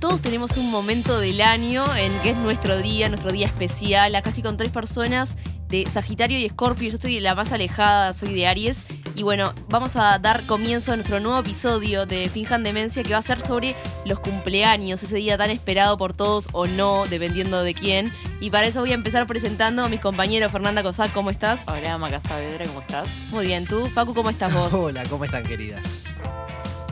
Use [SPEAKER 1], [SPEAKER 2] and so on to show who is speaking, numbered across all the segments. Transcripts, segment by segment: [SPEAKER 1] todos tenemos un momento del año en que es nuestro día, nuestro día especial. Acá estoy con tres personas de Sagitario y Escorpio. Yo soy la más alejada, soy de Aries. Y bueno, vamos a dar comienzo a nuestro nuevo episodio de Finjan Demencia que va a ser sobre los cumpleaños, ese día tan esperado por todos o no, dependiendo de quién. Y para eso voy a empezar presentando a mis compañeros. Fernanda Cosac, ¿cómo estás?
[SPEAKER 2] Hola, Maca Saavedra, ¿cómo estás?
[SPEAKER 1] Muy bien, ¿tú? Facu, ¿cómo estás vos?
[SPEAKER 3] Hola, ¿cómo están queridas?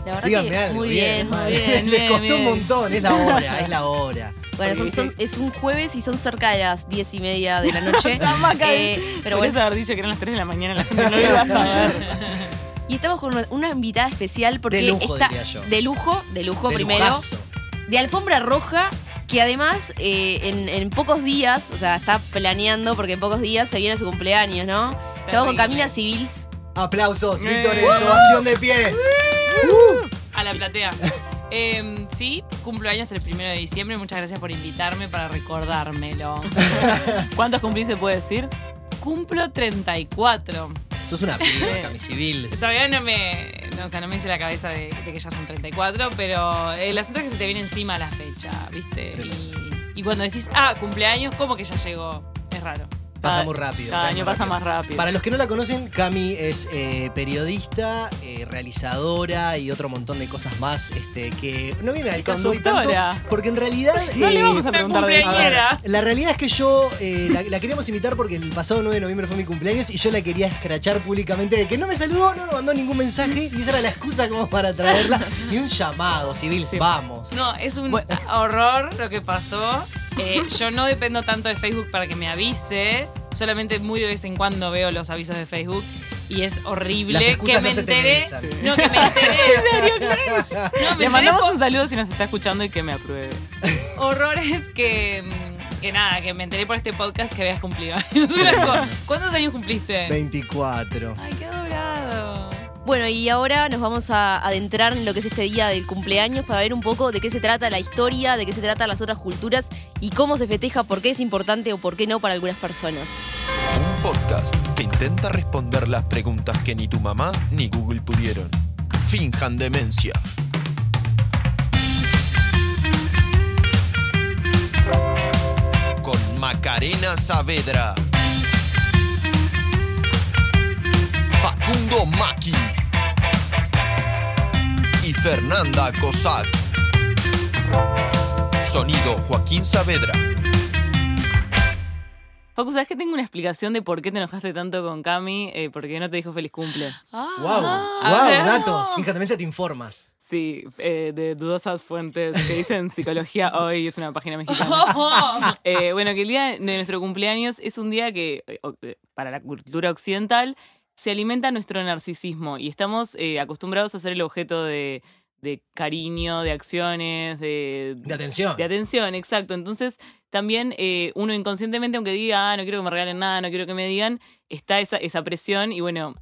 [SPEAKER 1] La verdad
[SPEAKER 3] Díganme
[SPEAKER 1] que
[SPEAKER 3] algo.
[SPEAKER 1] muy bien.
[SPEAKER 2] muy bien,
[SPEAKER 3] Les
[SPEAKER 2] bien,
[SPEAKER 3] costó
[SPEAKER 2] bien.
[SPEAKER 3] un montón, es la hora, es la hora.
[SPEAKER 1] Bueno, son- son- es un jueves y son cerca de las diez y media de la noche.
[SPEAKER 2] La Maca,
[SPEAKER 1] Eh, pero
[SPEAKER 2] Podrías
[SPEAKER 1] bueno,
[SPEAKER 2] haber dicho que eran las 3 de la mañana, la gente no lo iba a saber.
[SPEAKER 1] y estamos con una- una invitada especial porque
[SPEAKER 3] De lujo,
[SPEAKER 1] está
[SPEAKER 3] diría yo.
[SPEAKER 1] de lujo, de lujo
[SPEAKER 3] De
[SPEAKER 1] primero,
[SPEAKER 3] lujazo.
[SPEAKER 1] de alfombra roja que además eh, en, en pocos días, o sea, está planeando porque en pocos días se viene su cumpleaños, ¿no? Estamos con
[SPEAKER 2] Terrible.
[SPEAKER 1] Camila Civils.
[SPEAKER 3] Aplausos,
[SPEAKER 2] Eh.
[SPEAKER 3] Víctor, ovación de pie. Uh.
[SPEAKER 2] A la platea. Em, sí, cumplo años el primero de diciembre. Muchas gracias por invitarme para recordármelo. ¿Cuántos cumplí se puede decir? Cumplo 34.
[SPEAKER 3] Sos una piba,
[SPEAKER 2] Eh.
[SPEAKER 3] Cami Civil.
[SPEAKER 2] Todavía no me, no, o sea, no me hice la cabeza de, de que ya son 34, pero eh, el asunto es que se te viene encima la fecha, ¿viste? Y, y cuando decís, ah, cumpleaños, como que ya llegó? Es raro.
[SPEAKER 3] Pasa
[SPEAKER 2] Cada-
[SPEAKER 3] muy rápido.
[SPEAKER 2] Cada año pasa más rápido.
[SPEAKER 3] Para los que no la conocen, Cami es eh, periodista, eh, realizadora y otro montón de cosas más este, que no vienen al caso hoy tanto.
[SPEAKER 2] conductora.
[SPEAKER 3] Porque en realidad.
[SPEAKER 2] No le
[SPEAKER 3] eh,
[SPEAKER 2] vamos a
[SPEAKER 4] Una
[SPEAKER 2] preguntar de eso.
[SPEAKER 3] A ver,
[SPEAKER 4] Era.
[SPEAKER 3] la realidad es que yo eh, la, la queríamos invitar porque el pasado 9 de noviembre fue mi cumpleaños y yo la quería escrachar públicamente de que no me saludó, no nos mandó ningún mensaje y esa era la excusa como para traerla. Ni un llamado, Civil,
[SPEAKER 2] Sí.
[SPEAKER 3] vamos.
[SPEAKER 2] No, es un
[SPEAKER 3] Bueno.
[SPEAKER 2] horror lo que pasó. Eh, yo no dependo tanto de Facebook para que me avise. Solamente muy de vez en cuando veo los avisos de Facebook. Y es horrible
[SPEAKER 3] Las
[SPEAKER 2] que
[SPEAKER 3] excusas
[SPEAKER 2] me
[SPEAKER 3] no se
[SPEAKER 2] enteré.
[SPEAKER 3] televisan.
[SPEAKER 2] No, que me enteré. no, me
[SPEAKER 4] Le
[SPEAKER 2] enteré
[SPEAKER 4] mandamos
[SPEAKER 2] por
[SPEAKER 4] un saludo si nos está escuchando y que me apruebe.
[SPEAKER 2] horrores que. mm, Que nada, que me enteré por este podcast que habías cumplido. Era como, ¿Cuántos años cumpliste?
[SPEAKER 3] 24.
[SPEAKER 2] Ay, qué adorado.
[SPEAKER 1] Bueno, y ahora nos vamos a adentrar en lo que es este día del cumpleaños para ver un poco de qué se trata la historia, de qué se trata las otras culturas y cómo se festeja, por qué es importante o por qué no para algunas personas.
[SPEAKER 5] Un podcast que intenta responder las preguntas que ni tu mamá ni Google pudieron. Finjan demencia. Con Macarena Saavedra. Facundo Maki. Y Fernanda Cossack. Sonido Joaquín Saavedra.
[SPEAKER 4] Facu, ¿sabes que tengo una explicación de por qué te enojaste tanto con Cami? Eh, porque no te dijo feliz cumple.
[SPEAKER 2] Ah,
[SPEAKER 3] Wow,
[SPEAKER 2] a ver.
[SPEAKER 3] wow, datos. Fíjate, Mesa te informa.
[SPEAKER 4] Sí, eh, de dudosas fuentes que dicen psicología hoy, es una página mexicana.
[SPEAKER 2] Oh.
[SPEAKER 4] Eh, bueno, que el día de nuestro cumpleaños es un día que, eh, o- eh, para la cultura occidental, se alimenta nuestro narcisismo y estamos eh, acostumbrados a ser el objeto de, de cariño, de acciones, de,
[SPEAKER 3] De atención.
[SPEAKER 4] De atención, exacto. Entonces, también eh, uno inconscientemente, aunque diga, ah, no quiero que me regalen nada, no quiero que me digan, está esa, esa presión y bueno.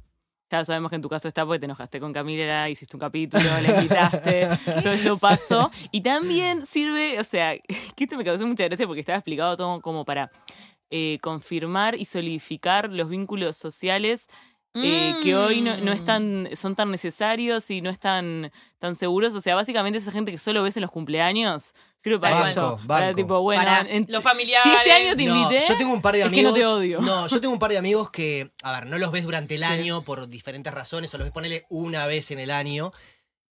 [SPEAKER 4] Ya sabemos que en tu caso está porque te enojaste con Camila, hiciste un capítulo, la invitaste, todo esto pasó. Y también sirve, o sea, que esto me causó mucha gracia porque estaba explicado todo como para eh, confirmar y solidificar los vínculos sociales eh, que hoy no, no
[SPEAKER 1] Mm.
[SPEAKER 2] Mm.
[SPEAKER 4] están, son tan necesarios y no están tan seguros. O sea, básicamente esa gente que solo ves en los cumpleaños sirve para
[SPEAKER 2] Banco,
[SPEAKER 4] eso. Para
[SPEAKER 3] banco.
[SPEAKER 4] tipo, bueno,
[SPEAKER 1] Para
[SPEAKER 4] en-
[SPEAKER 2] Los
[SPEAKER 4] si
[SPEAKER 2] familiares.
[SPEAKER 4] este año te
[SPEAKER 3] No,
[SPEAKER 4] invité,
[SPEAKER 3] yo tengo un par de
[SPEAKER 4] es que no
[SPEAKER 3] amigos.
[SPEAKER 4] te odio.
[SPEAKER 3] no, yo tengo un par de amigos que, a ver, no los ves durante el año por diferentes razones, o los ves ponerle una vez en el año.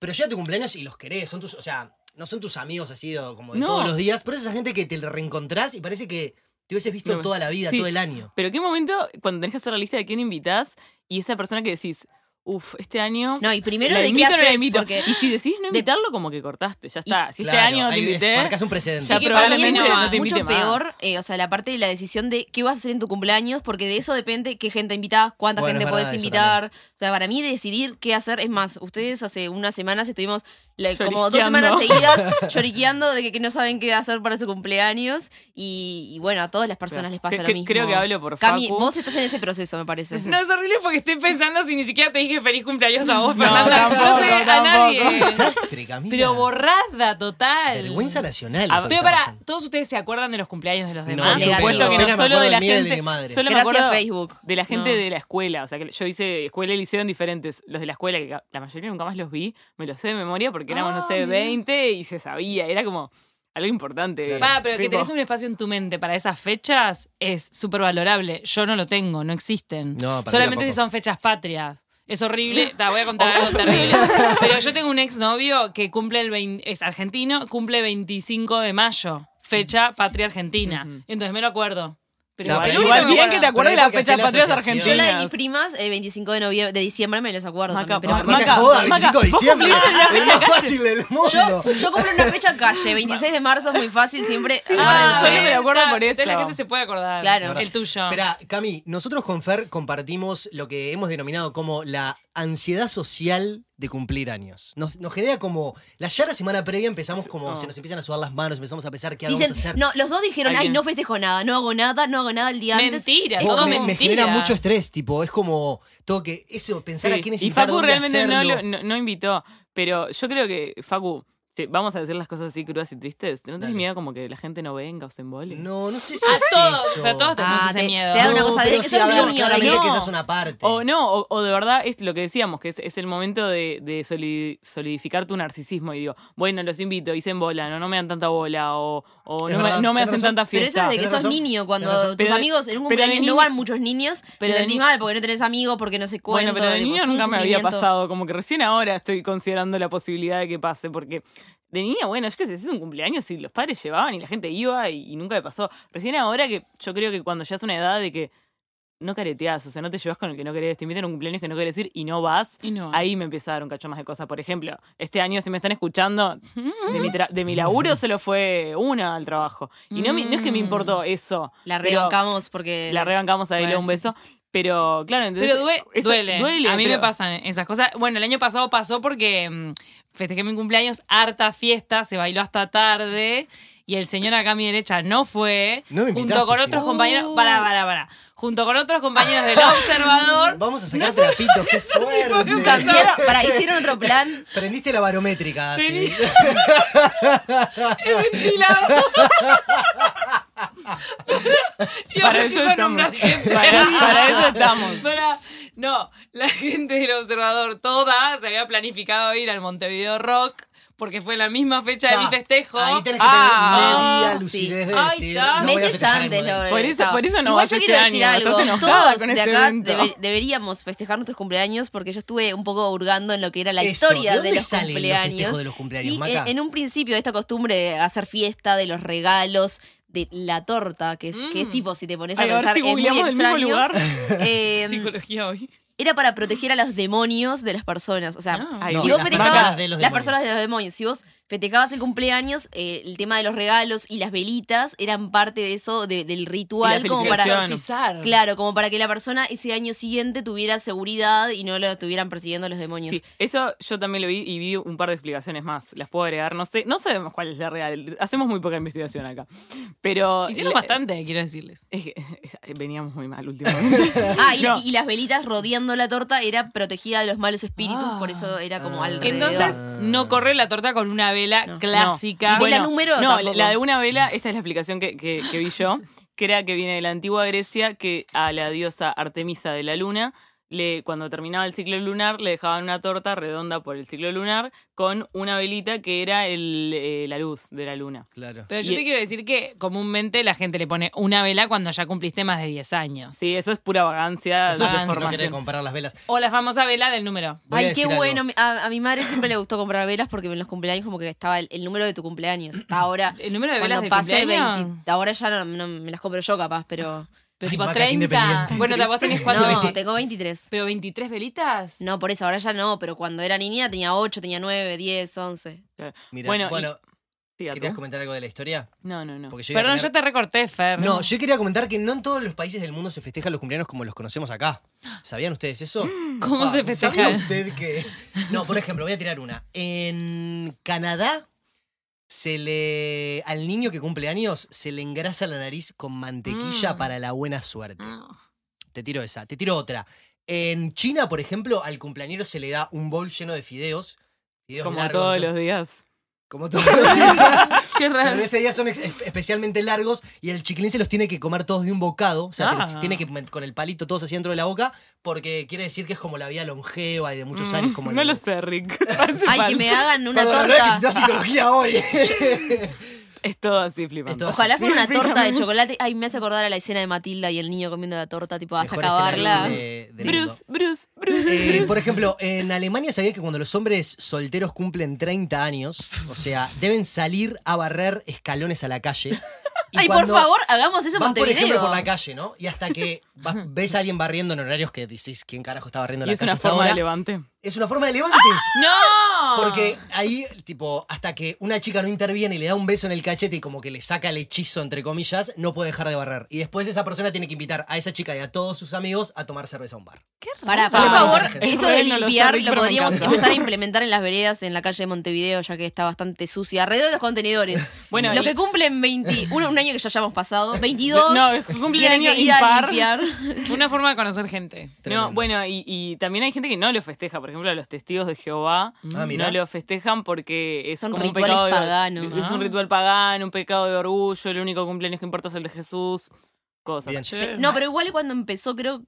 [SPEAKER 3] Pero llega tu cumpleaños y los querés, son tus, o sea, no son tus amigos así o como de
[SPEAKER 4] No.
[SPEAKER 3] todos los días, pero es esa gente que te reencontrás y parece que te hubieses visto
[SPEAKER 4] No,
[SPEAKER 3] toda la vida,
[SPEAKER 4] sí.
[SPEAKER 3] todo el año.
[SPEAKER 4] pero qué momento cuando tenés que hacer la lista de quién invitás y esa persona que decís, uff, este año...
[SPEAKER 1] No, y primero
[SPEAKER 4] la
[SPEAKER 1] de qué
[SPEAKER 4] invito o no la
[SPEAKER 1] haces,
[SPEAKER 4] invito.
[SPEAKER 1] porque
[SPEAKER 4] Y si decís no invitarlo, como que cortaste, ya está. si este
[SPEAKER 3] Claro,
[SPEAKER 4] año no te
[SPEAKER 3] ahí es-
[SPEAKER 4] invité,
[SPEAKER 3] Marcas un precedente.
[SPEAKER 4] ya
[SPEAKER 2] Sí, que para mí
[SPEAKER 4] probablemente
[SPEAKER 2] no,
[SPEAKER 4] no, te invite
[SPEAKER 1] mucho
[SPEAKER 4] más.
[SPEAKER 1] peor, eh, o sea, la parte de la decisión de qué vas a hacer en tu cumpleaños, porque de eso depende qué gente invitás, cuánta
[SPEAKER 3] Bueno,
[SPEAKER 1] gente
[SPEAKER 3] es
[SPEAKER 1] podés
[SPEAKER 3] verdad, eso
[SPEAKER 1] invitar. O sea, para mí decidir qué hacer es más. Ustedes hace unas semanas estuvimos la- como dos semanas
[SPEAKER 4] Lloriqueando.
[SPEAKER 1] seguidas lloriqueando de que, que no saben qué hacer para su cumpleaños. Y, y bueno, a todas las personas les pasa
[SPEAKER 4] Cre-
[SPEAKER 1] lo
[SPEAKER 4] cre-
[SPEAKER 1] mismo.
[SPEAKER 4] Creo que hablo por
[SPEAKER 1] Cami,
[SPEAKER 4] Facu.
[SPEAKER 1] vos estás en ese proceso, me parece.
[SPEAKER 2] No, es horrible porque estoy pensando si ni siquiera te dije feliz cumpleaños a vos,
[SPEAKER 4] No,
[SPEAKER 2] Fernanda. No,
[SPEAKER 4] tampoco,
[SPEAKER 2] sé a
[SPEAKER 4] tampoco.
[SPEAKER 2] nadie.
[SPEAKER 3] Desastre, Camila.
[SPEAKER 2] Pero borrada, total.
[SPEAKER 3] Vergüenza nacional.
[SPEAKER 4] A-
[SPEAKER 3] esto que
[SPEAKER 2] Pero
[SPEAKER 3] está
[SPEAKER 2] para,
[SPEAKER 3] pasando.
[SPEAKER 2] ¿todos ustedes se acuerdan de los cumpleaños de los
[SPEAKER 3] No,
[SPEAKER 2] demás?
[SPEAKER 1] por supuesto que no,
[SPEAKER 3] Apenas me
[SPEAKER 4] solo
[SPEAKER 3] acuerdo
[SPEAKER 4] de
[SPEAKER 3] del
[SPEAKER 4] la
[SPEAKER 3] mío y del de
[SPEAKER 4] gente-
[SPEAKER 3] mi madre.
[SPEAKER 4] solo- me
[SPEAKER 1] Gracias
[SPEAKER 4] acuerdo
[SPEAKER 1] Facebook.
[SPEAKER 4] De la gente
[SPEAKER 1] No.
[SPEAKER 4] de la escuela, o sea, que yo hice escuela y liceo en diferentes. Los de la escuela, que ca- la mayoría nunca más los vi, me los sé de memoria porque éramos,
[SPEAKER 2] Ah,
[SPEAKER 4] no sé,
[SPEAKER 2] mirá.
[SPEAKER 4] 20 y se sabía. Era como, algo importante.
[SPEAKER 3] Claro.
[SPEAKER 2] Pa, pero que
[SPEAKER 4] Tipo,
[SPEAKER 2] tenés un espacio en tu mente para esas fechas es súper valorable. Yo no lo tengo, no existen.
[SPEAKER 3] No, para mí
[SPEAKER 2] Solamente
[SPEAKER 3] tampoco.
[SPEAKER 2] si son fechas patrias. Es horrible, te voy a contar
[SPEAKER 4] Oh,
[SPEAKER 2] algo terrible. Pero yo tengo un exnovio que cumple el 20, es argentino, cumple 25 de mayo, fecha patria argentina.
[SPEAKER 4] Ujú.
[SPEAKER 2] Entonces me lo acuerdo. Pero
[SPEAKER 3] No,
[SPEAKER 2] igual,
[SPEAKER 3] pero
[SPEAKER 2] el único
[SPEAKER 4] igual
[SPEAKER 2] me
[SPEAKER 4] bien
[SPEAKER 2] acuerdo.
[SPEAKER 4] que te acuerdas de
[SPEAKER 3] Pero hay
[SPEAKER 4] las
[SPEAKER 3] que hacer
[SPEAKER 4] fechas
[SPEAKER 3] la
[SPEAKER 4] patrias
[SPEAKER 3] asociación.
[SPEAKER 4] argentinas.
[SPEAKER 1] Yo la de mis primas, el 25 de noviembre, de diciembre me los acuerdo
[SPEAKER 4] Maca,
[SPEAKER 1] también, pero-
[SPEAKER 4] Maca,
[SPEAKER 3] Maca, joda,
[SPEAKER 4] Maca,
[SPEAKER 3] 25 de
[SPEAKER 4] vos
[SPEAKER 3] diciembre.
[SPEAKER 4] cumpliste la
[SPEAKER 3] Es
[SPEAKER 4] fecha
[SPEAKER 3] lo más fácil del mundo.
[SPEAKER 1] Yo, yo cumplo una fecha calle, 26 de marzo es muy fácil, siempre.
[SPEAKER 2] Ah,
[SPEAKER 1] Ah,
[SPEAKER 4] solo
[SPEAKER 1] bueno.
[SPEAKER 4] me lo acuerdo
[SPEAKER 2] está,
[SPEAKER 4] por
[SPEAKER 2] entonces La
[SPEAKER 4] eso.
[SPEAKER 2] gente se puede acordar.
[SPEAKER 1] Claro.
[SPEAKER 2] El tuyo.
[SPEAKER 3] Espera, Cami, nosotros con Fer compartimos lo que hemos denominado como la ansiedad social de cumplir años. Nos, nos genera como. La ya la semana previa empezamos como.
[SPEAKER 4] No.
[SPEAKER 3] Se nos empiezan a sudar las manos, empezamos a pensar qué vamos a
[SPEAKER 1] Dicen,
[SPEAKER 3] hacer.
[SPEAKER 1] no, los dos dijeron, ay,
[SPEAKER 4] Alguien.
[SPEAKER 1] no festejo nada, no hago nada, no hago nada el día antes.
[SPEAKER 2] mentira,
[SPEAKER 3] Vos,
[SPEAKER 2] todo
[SPEAKER 3] Oh, me, me
[SPEAKER 2] mentira.
[SPEAKER 3] genera mucho estrés, tipo, es como. Tengo que. Eso, pensar
[SPEAKER 4] Sí,
[SPEAKER 3] a quién es
[SPEAKER 4] Y Facu realmente no,
[SPEAKER 3] hacerlo.
[SPEAKER 4] lo- no, no invitó. Pero yo creo que, Facu, te- vamos a decir las cosas así crudas y tristes. ¿No tenés
[SPEAKER 3] Dale.
[SPEAKER 4] miedo como que la gente no venga o se embole?
[SPEAKER 3] No, no sé si.
[SPEAKER 2] A
[SPEAKER 3] es
[SPEAKER 2] todos,
[SPEAKER 3] eso.
[SPEAKER 2] pero todos tenemos
[SPEAKER 1] Ah,
[SPEAKER 2] ese
[SPEAKER 1] te-
[SPEAKER 2] miedo.
[SPEAKER 1] te da una
[SPEAKER 3] No,
[SPEAKER 1] cosa de-
[SPEAKER 3] Uh, pero
[SPEAKER 1] eso
[SPEAKER 3] sí,
[SPEAKER 1] es
[SPEAKER 3] a
[SPEAKER 1] muy
[SPEAKER 3] ver,
[SPEAKER 1] mío,
[SPEAKER 3] claramente
[SPEAKER 1] ¿no?
[SPEAKER 3] que esa es una parte.
[SPEAKER 4] O no, o, o de verdad es lo que decíamos, que es, es el momento de, de soli- solidificar tu narcisismo. Y digo, bueno, los invito, y se embolan, o no me dan tanta bola, o, o
[SPEAKER 3] Es
[SPEAKER 4] no,
[SPEAKER 3] verdad,
[SPEAKER 4] me, no me
[SPEAKER 3] tenés
[SPEAKER 4] hacen
[SPEAKER 3] razón.
[SPEAKER 4] tanta
[SPEAKER 1] Pero eso
[SPEAKER 4] fiesta.
[SPEAKER 1] es de que
[SPEAKER 3] Tenés
[SPEAKER 1] sos
[SPEAKER 3] razón,
[SPEAKER 1] niño,
[SPEAKER 3] tenés
[SPEAKER 1] cuando
[SPEAKER 3] razón.
[SPEAKER 1] tus
[SPEAKER 4] Pero de-
[SPEAKER 1] amigos en un
[SPEAKER 4] pero de
[SPEAKER 1] cumpleaños no
[SPEAKER 4] niño-
[SPEAKER 1] van muchos niños, pero
[SPEAKER 4] pero
[SPEAKER 1] te
[SPEAKER 4] de
[SPEAKER 1] sentís
[SPEAKER 4] ni-
[SPEAKER 1] mal porque no tenés amigos, porque no se cuentan.
[SPEAKER 4] bueno, pero de
[SPEAKER 1] tipo,
[SPEAKER 4] niño
[SPEAKER 1] es un
[SPEAKER 4] nunca me había
[SPEAKER 1] sufrimiento.
[SPEAKER 4] pasado, como que recién ahora estoy considerando la posibilidad de que pase, porque de niña, bueno, yo qué sé, es un cumpleaños y los padres llevaban y la gente iba y, y nunca me pasó. Recién ahora que yo creo que cuando ya es una edad de que no careteás, o sea, no te llevas con el que no querés, te invitan a un cumpleaños que no querés ir y no vas,
[SPEAKER 2] Y no.
[SPEAKER 4] ahí me empieza a dar un cacho más de cosas. Por ejemplo, este año, si me están escuchando, de mi, tra- de mi laburo solo fue una al trabajo. Y no, me- no es que me
[SPEAKER 2] Mm.
[SPEAKER 4] importó eso.
[SPEAKER 1] La
[SPEAKER 4] pero
[SPEAKER 1] rebancamos porque.
[SPEAKER 4] La rebancamos a Elo
[SPEAKER 1] Bueno,
[SPEAKER 4] un
[SPEAKER 1] sí,
[SPEAKER 4] beso. Pero claro, entonces.
[SPEAKER 2] Pero due-
[SPEAKER 4] eso-
[SPEAKER 2] duele. A mí
[SPEAKER 4] pero-
[SPEAKER 2] me pasan esas cosas. Bueno, el año pasado pasó porque mm, festejé mi cumpleaños, harta fiesta, se bailó hasta tarde y el señor acá a mi derecha no fue.
[SPEAKER 3] No me invitaste,
[SPEAKER 2] junto con
[SPEAKER 3] sí.
[SPEAKER 2] otros compañeros. Para, para, para. Junto con otros compañeros del observador.
[SPEAKER 3] Vamos a sacar trapitos, qué fuerte.
[SPEAKER 1] Cambiaron, para, hicieron otro plan.
[SPEAKER 3] Prendiste la barométrica, así.
[SPEAKER 2] Y
[SPEAKER 4] Para
[SPEAKER 2] ahora
[SPEAKER 4] eso
[SPEAKER 2] sí son
[SPEAKER 4] estamos.
[SPEAKER 2] un presidente.
[SPEAKER 4] Para- para eso estamos.
[SPEAKER 2] Para- no, la gente del observador toda se había planificado ir al Montevideo Rock porque fue la misma fecha de mi
[SPEAKER 3] Ta,
[SPEAKER 2] festejo.
[SPEAKER 3] Ah, Ahí tenés que
[SPEAKER 4] Ah,
[SPEAKER 3] tener media
[SPEAKER 1] sí.
[SPEAKER 3] lucidez de
[SPEAKER 2] Ay,
[SPEAKER 3] decir.
[SPEAKER 2] ta.
[SPEAKER 3] no voy a
[SPEAKER 1] Ah, Meses
[SPEAKER 3] festejar el
[SPEAKER 1] antes
[SPEAKER 3] modelo.
[SPEAKER 1] lo
[SPEAKER 4] Por eso-
[SPEAKER 1] estaba.
[SPEAKER 4] por eso no
[SPEAKER 1] Igual
[SPEAKER 4] vas
[SPEAKER 1] yo
[SPEAKER 4] este
[SPEAKER 1] quiero decir
[SPEAKER 4] año, estás
[SPEAKER 1] algo.
[SPEAKER 4] enojada
[SPEAKER 1] Todos
[SPEAKER 4] con
[SPEAKER 1] de
[SPEAKER 4] ese
[SPEAKER 1] acá
[SPEAKER 4] evento.
[SPEAKER 1] debe- deberíamos festejar nuestros cumpleaños porque yo estuve un poco hurgando en lo que era la
[SPEAKER 3] Eso,
[SPEAKER 1] historia
[SPEAKER 3] ¿de
[SPEAKER 1] de,
[SPEAKER 3] dónde
[SPEAKER 1] los
[SPEAKER 3] salen los
[SPEAKER 1] cumpleaños.
[SPEAKER 3] festejos de los cumpleaños,
[SPEAKER 1] y eh,
[SPEAKER 3] Maca?
[SPEAKER 1] En, en un principio esta costumbre de hacer fiesta, de los regalos, de la torta, que es, que es
[SPEAKER 2] Mm.
[SPEAKER 1] tipo, si te pones a
[SPEAKER 4] Ay,
[SPEAKER 1] pensar,
[SPEAKER 4] ahora sí
[SPEAKER 1] es muy
[SPEAKER 4] googleamos del mismo
[SPEAKER 1] extraño.
[SPEAKER 4] lugar.
[SPEAKER 1] Eh,
[SPEAKER 2] Psicología hoy.
[SPEAKER 1] era para proteger a los demonios de las personas. O sea,
[SPEAKER 2] Ah.
[SPEAKER 4] Ay,
[SPEAKER 1] si
[SPEAKER 4] no,
[SPEAKER 1] vos
[SPEAKER 4] las
[SPEAKER 1] festejabas
[SPEAKER 3] personas de los
[SPEAKER 1] las
[SPEAKER 3] demonios.
[SPEAKER 1] personas de los demonios, si vos festejabas el cumpleaños, eh, el tema de los regalos y las velitas eran parte de eso, de- del ritual,
[SPEAKER 4] Y la
[SPEAKER 1] como para.
[SPEAKER 4] felicitación.
[SPEAKER 2] Exorcizar.
[SPEAKER 1] Claro, como para que la persona ese año siguiente tuviera seguridad y no lo estuvieran persiguiendo los demonios.
[SPEAKER 4] Sí, eso yo también lo vi y vi un par de explicaciones más. Las puedo agregar, no sé, no sabemos cuál es la real. Hacemos muy poca investigación acá. Pero.
[SPEAKER 2] Hicieron
[SPEAKER 4] la-
[SPEAKER 2] bastante, quiero decirles.
[SPEAKER 4] es que- es- veníamos muy mal últimamente.
[SPEAKER 1] Ah, y,
[SPEAKER 4] No.
[SPEAKER 1] y las velitas rodeando la torta era protegida de los malos espíritus,
[SPEAKER 2] Ah.
[SPEAKER 1] por eso era como
[SPEAKER 3] Ah.
[SPEAKER 1] alrededor.
[SPEAKER 2] Entonces, no corre la torta con una vela
[SPEAKER 1] No.
[SPEAKER 2] clásica.
[SPEAKER 1] No. Y vela número
[SPEAKER 4] No,
[SPEAKER 1] tampoco.
[SPEAKER 4] la de una vela, esta es la explicación que, que- que vi yo, que era que viene de la antigua Grecia, que a la diosa Artemisa de la luna, le, cuando terminaba el ciclo lunar, le dejaban una torta redonda por el ciclo lunar con una velita que era el, eh, la luz de la luna.
[SPEAKER 3] Claro.
[SPEAKER 2] Pero yo
[SPEAKER 4] Y-
[SPEAKER 2] te quiero decir que comúnmente la gente le pone una vela cuando ya cumpliste más de 10 años.
[SPEAKER 4] Sí, eso es pura vagancia,
[SPEAKER 3] Nosotros
[SPEAKER 2] hagan
[SPEAKER 3] no
[SPEAKER 4] desinformación.
[SPEAKER 3] querés comprar las velas.
[SPEAKER 2] O la famosa vela del número.
[SPEAKER 3] Voy a
[SPEAKER 1] Ay,
[SPEAKER 3] decir
[SPEAKER 1] qué
[SPEAKER 3] algo.
[SPEAKER 1] bueno. mi- A, a mi madre siempre le gustó comprar velas porque en los cumpleaños como que estaba el, el número de tu cumpleaños. Hasta ahora,
[SPEAKER 2] El número de velas
[SPEAKER 1] cuando
[SPEAKER 2] del
[SPEAKER 1] pase
[SPEAKER 2] cumpleaños.
[SPEAKER 1] 20, ahora ya no, no me las compro yo capaz, pero...
[SPEAKER 2] Pero
[SPEAKER 3] Ay,
[SPEAKER 2] tipo
[SPEAKER 3] vaca, qué
[SPEAKER 2] 30.
[SPEAKER 3] independiente.
[SPEAKER 2] Bueno, vos tenés cuánto?
[SPEAKER 1] No,
[SPEAKER 2] 20.
[SPEAKER 1] tengo 23.
[SPEAKER 2] Pero 23 velitas.
[SPEAKER 1] No, por eso, ahora ya no, pero cuando era niña tenía 8, tenía 9, 10, 11.
[SPEAKER 3] Mira,
[SPEAKER 4] Bueno,
[SPEAKER 3] bueno,
[SPEAKER 4] y- Sí, a tu-
[SPEAKER 3] ¿querías comentar algo de la historia?
[SPEAKER 4] No, no, no.
[SPEAKER 3] Porque yo iba a
[SPEAKER 2] Perdón,
[SPEAKER 3] tener-
[SPEAKER 2] yo te recorté, Fer.
[SPEAKER 3] No, yo quería comentar que no en todos los países del mundo se festejan los cumpleaños como los conocemos acá. ¿Sabían ustedes eso?
[SPEAKER 2] ¿Cómo
[SPEAKER 3] Ah,
[SPEAKER 2] se festeja?
[SPEAKER 3] ¿Sabía usted que.? No, por ejemplo, voy a tirar una. En Canadá, se le. Al niño que cumple años, se le engrasa la nariz con mantequilla
[SPEAKER 2] Mm.
[SPEAKER 3] para la buena suerte.
[SPEAKER 4] Ah.
[SPEAKER 3] Te tiro esa. Te tiro otra. En China, por ejemplo, al cumpleañero se le da un bol lleno de fideos. fideos
[SPEAKER 4] Como
[SPEAKER 3] largos,
[SPEAKER 4] todos
[SPEAKER 3] no sé,
[SPEAKER 4] los días.
[SPEAKER 3] Como todos los días.
[SPEAKER 2] Qué
[SPEAKER 3] Pero
[SPEAKER 2] raro.
[SPEAKER 3] en este día son ex- es- especialmente largos y el chiquilín se los tiene que comer todos de un bocado. O sea, te los
[SPEAKER 2] Ah.
[SPEAKER 3] tiene que met- con el palito todos así dentro de la boca porque quiere decir que es como la vida longeva y de muchos años. Como
[SPEAKER 4] Mm, no
[SPEAKER 3] el-
[SPEAKER 4] lo sé, Rick. Parece
[SPEAKER 1] Ay, que
[SPEAKER 4] falso.
[SPEAKER 1] me hagan una
[SPEAKER 3] Perdón, la verdad que
[SPEAKER 1] torta.
[SPEAKER 3] si no es psicología hoy.
[SPEAKER 4] Es todo así flipando.
[SPEAKER 3] todo así.
[SPEAKER 1] Ojalá fuera una
[SPEAKER 4] Fíjame.
[SPEAKER 1] torta de chocolate. Ay, me hace acordar a la escena de Matilda y el niño comiendo la torta, tipo, hasta
[SPEAKER 3] Mejor
[SPEAKER 1] acabarla.
[SPEAKER 3] escenario de- del mundo.
[SPEAKER 4] Bruce, Bruce, Bruce.
[SPEAKER 3] Eh,
[SPEAKER 4] Bruce.
[SPEAKER 3] por ejemplo, en Alemania sabía que cuando los hombres solteros cumplen 30 años, o sea, deben salir a barrer escalones a la calle. Y
[SPEAKER 1] Ay, por
[SPEAKER 3] cuando
[SPEAKER 1] favor, hagamos eso en
[SPEAKER 3] Vas, por
[SPEAKER 1] Montevideo.
[SPEAKER 3] ejemplo, por la calle, ¿no? Y hasta que vas- ves a alguien barriendo en horarios que decís, ¿quién carajo está barriendo
[SPEAKER 4] Y
[SPEAKER 3] la
[SPEAKER 4] es
[SPEAKER 3] calle
[SPEAKER 4] una
[SPEAKER 3] hasta
[SPEAKER 4] forma de
[SPEAKER 3] ahora?
[SPEAKER 4] levante.
[SPEAKER 3] Es una forma de levante.
[SPEAKER 1] ¡Ah!
[SPEAKER 2] ¡No!
[SPEAKER 3] Porque ahí, tipo, hasta que una chica no interviene y le da un beso en el cachete y como que le saca el hechizo, entre comillas, no puede dejar de barrer. Y después esa persona tiene que invitar a esa chica y a todos sus amigos a tomar cerveza a un bar.
[SPEAKER 1] Pará,
[SPEAKER 3] Ah,
[SPEAKER 1] por favor,
[SPEAKER 3] inteligente.
[SPEAKER 1] eso de
[SPEAKER 4] Bueno, lo sé,
[SPEAKER 1] limpiar
[SPEAKER 4] Rick,
[SPEAKER 1] lo
[SPEAKER 4] pero me
[SPEAKER 1] podríamos
[SPEAKER 4] encanta.
[SPEAKER 1] empezar a implementar en las veredas en la calle de Montevideo, ya que está bastante sucia. Alrededor de los contenedores.
[SPEAKER 4] Bueno,
[SPEAKER 1] Los
[SPEAKER 4] y-
[SPEAKER 1] que cumplen 21, un año que ya hayamos pasado, 22,
[SPEAKER 4] No, es cumpleaños
[SPEAKER 1] tienen que ir a
[SPEAKER 4] impar.
[SPEAKER 1] limpiar.
[SPEAKER 2] Una forma de conocer gente.
[SPEAKER 3] Tremendo.
[SPEAKER 4] No, bueno, y, y también hay gente que no lo festeja. Por ejemplo, los testigos de Jehová
[SPEAKER 3] Ah, mirá.
[SPEAKER 4] no lo festejan porque es
[SPEAKER 1] Son
[SPEAKER 4] como un
[SPEAKER 1] rituales
[SPEAKER 4] pecado de-
[SPEAKER 1] paganos.
[SPEAKER 4] Es un ritual pagano, un pecado de orgullo. El único cumpleaños que importa es el de Jesús. Cosas.
[SPEAKER 3] Bien.
[SPEAKER 2] Che.
[SPEAKER 1] No, pero igual cuando empezó, creo.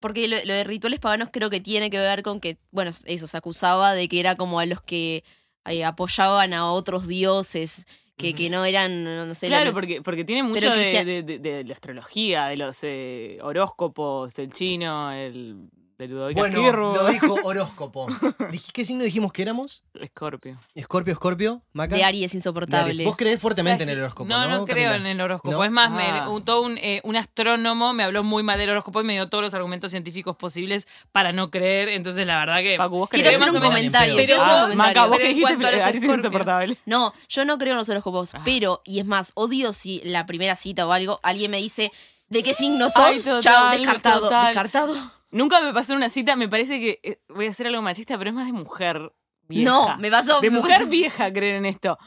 [SPEAKER 1] Porque lo, lo de rituales paganos creo que tiene que ver con que, bueno, eso, se acusaba de que era como a los que eh, apoyaban a otros dioses, que, que no eran, no sé,
[SPEAKER 4] Claro,
[SPEAKER 1] los-
[SPEAKER 4] porque, porque tiene mucho de,
[SPEAKER 1] Cristian-
[SPEAKER 4] de- de- de la astrología, de los eh, horóscopos, el chino, el de Ludovico
[SPEAKER 3] Bueno,
[SPEAKER 4] Esquirro,
[SPEAKER 3] lo dijo horóscopo. Dij- ¿Qué signo dijimos que éramos?
[SPEAKER 4] Escorpio.
[SPEAKER 3] Escorpio, Escorpio, Maca.
[SPEAKER 1] de Aries
[SPEAKER 3] De Aries.
[SPEAKER 1] insoportable.
[SPEAKER 3] Vos creés fuertemente en el horóscopo, ¿no?
[SPEAKER 2] No, no, creo
[SPEAKER 3] Camila?
[SPEAKER 2] en el horóscopo.
[SPEAKER 3] ¿No?
[SPEAKER 2] Es más, me-
[SPEAKER 4] Ah.
[SPEAKER 2] un, todo un, eh, un astrónomo me habló muy mal del horóscopo y me dio todos los argumentos científicos posibles para no creer. Entonces, la verdad que...
[SPEAKER 4] Paco, vos
[SPEAKER 1] Quiero
[SPEAKER 4] crees
[SPEAKER 1] hacer un
[SPEAKER 2] Más o menos,
[SPEAKER 1] comentario.
[SPEAKER 2] pero
[SPEAKER 1] quiero hacer un
[SPEAKER 4] Ah,
[SPEAKER 2] eso-
[SPEAKER 1] comentario.
[SPEAKER 4] Maca, vos
[SPEAKER 2] Pero
[SPEAKER 4] que
[SPEAKER 2] en
[SPEAKER 4] dijiste
[SPEAKER 2] cuanto a los
[SPEAKER 4] Aries es
[SPEAKER 2] Escorpio.
[SPEAKER 4] insoportable.
[SPEAKER 1] No, yo no creo en los horóscopos,
[SPEAKER 4] Ah.
[SPEAKER 1] pero, y es más, odio si la primera cita o algo, alguien me dice, ¿de qué signo sos?
[SPEAKER 4] Ay, total,
[SPEAKER 1] Chao, descartado,
[SPEAKER 4] total.
[SPEAKER 1] descartado.
[SPEAKER 4] Nunca me pasó en una cita, me parece que eh, voy a hacer algo machista, pero es más de mujer vieja.
[SPEAKER 1] No, me pasó.
[SPEAKER 4] De
[SPEAKER 1] me
[SPEAKER 4] mujer
[SPEAKER 1] pasó.
[SPEAKER 4] vieja creer en esto.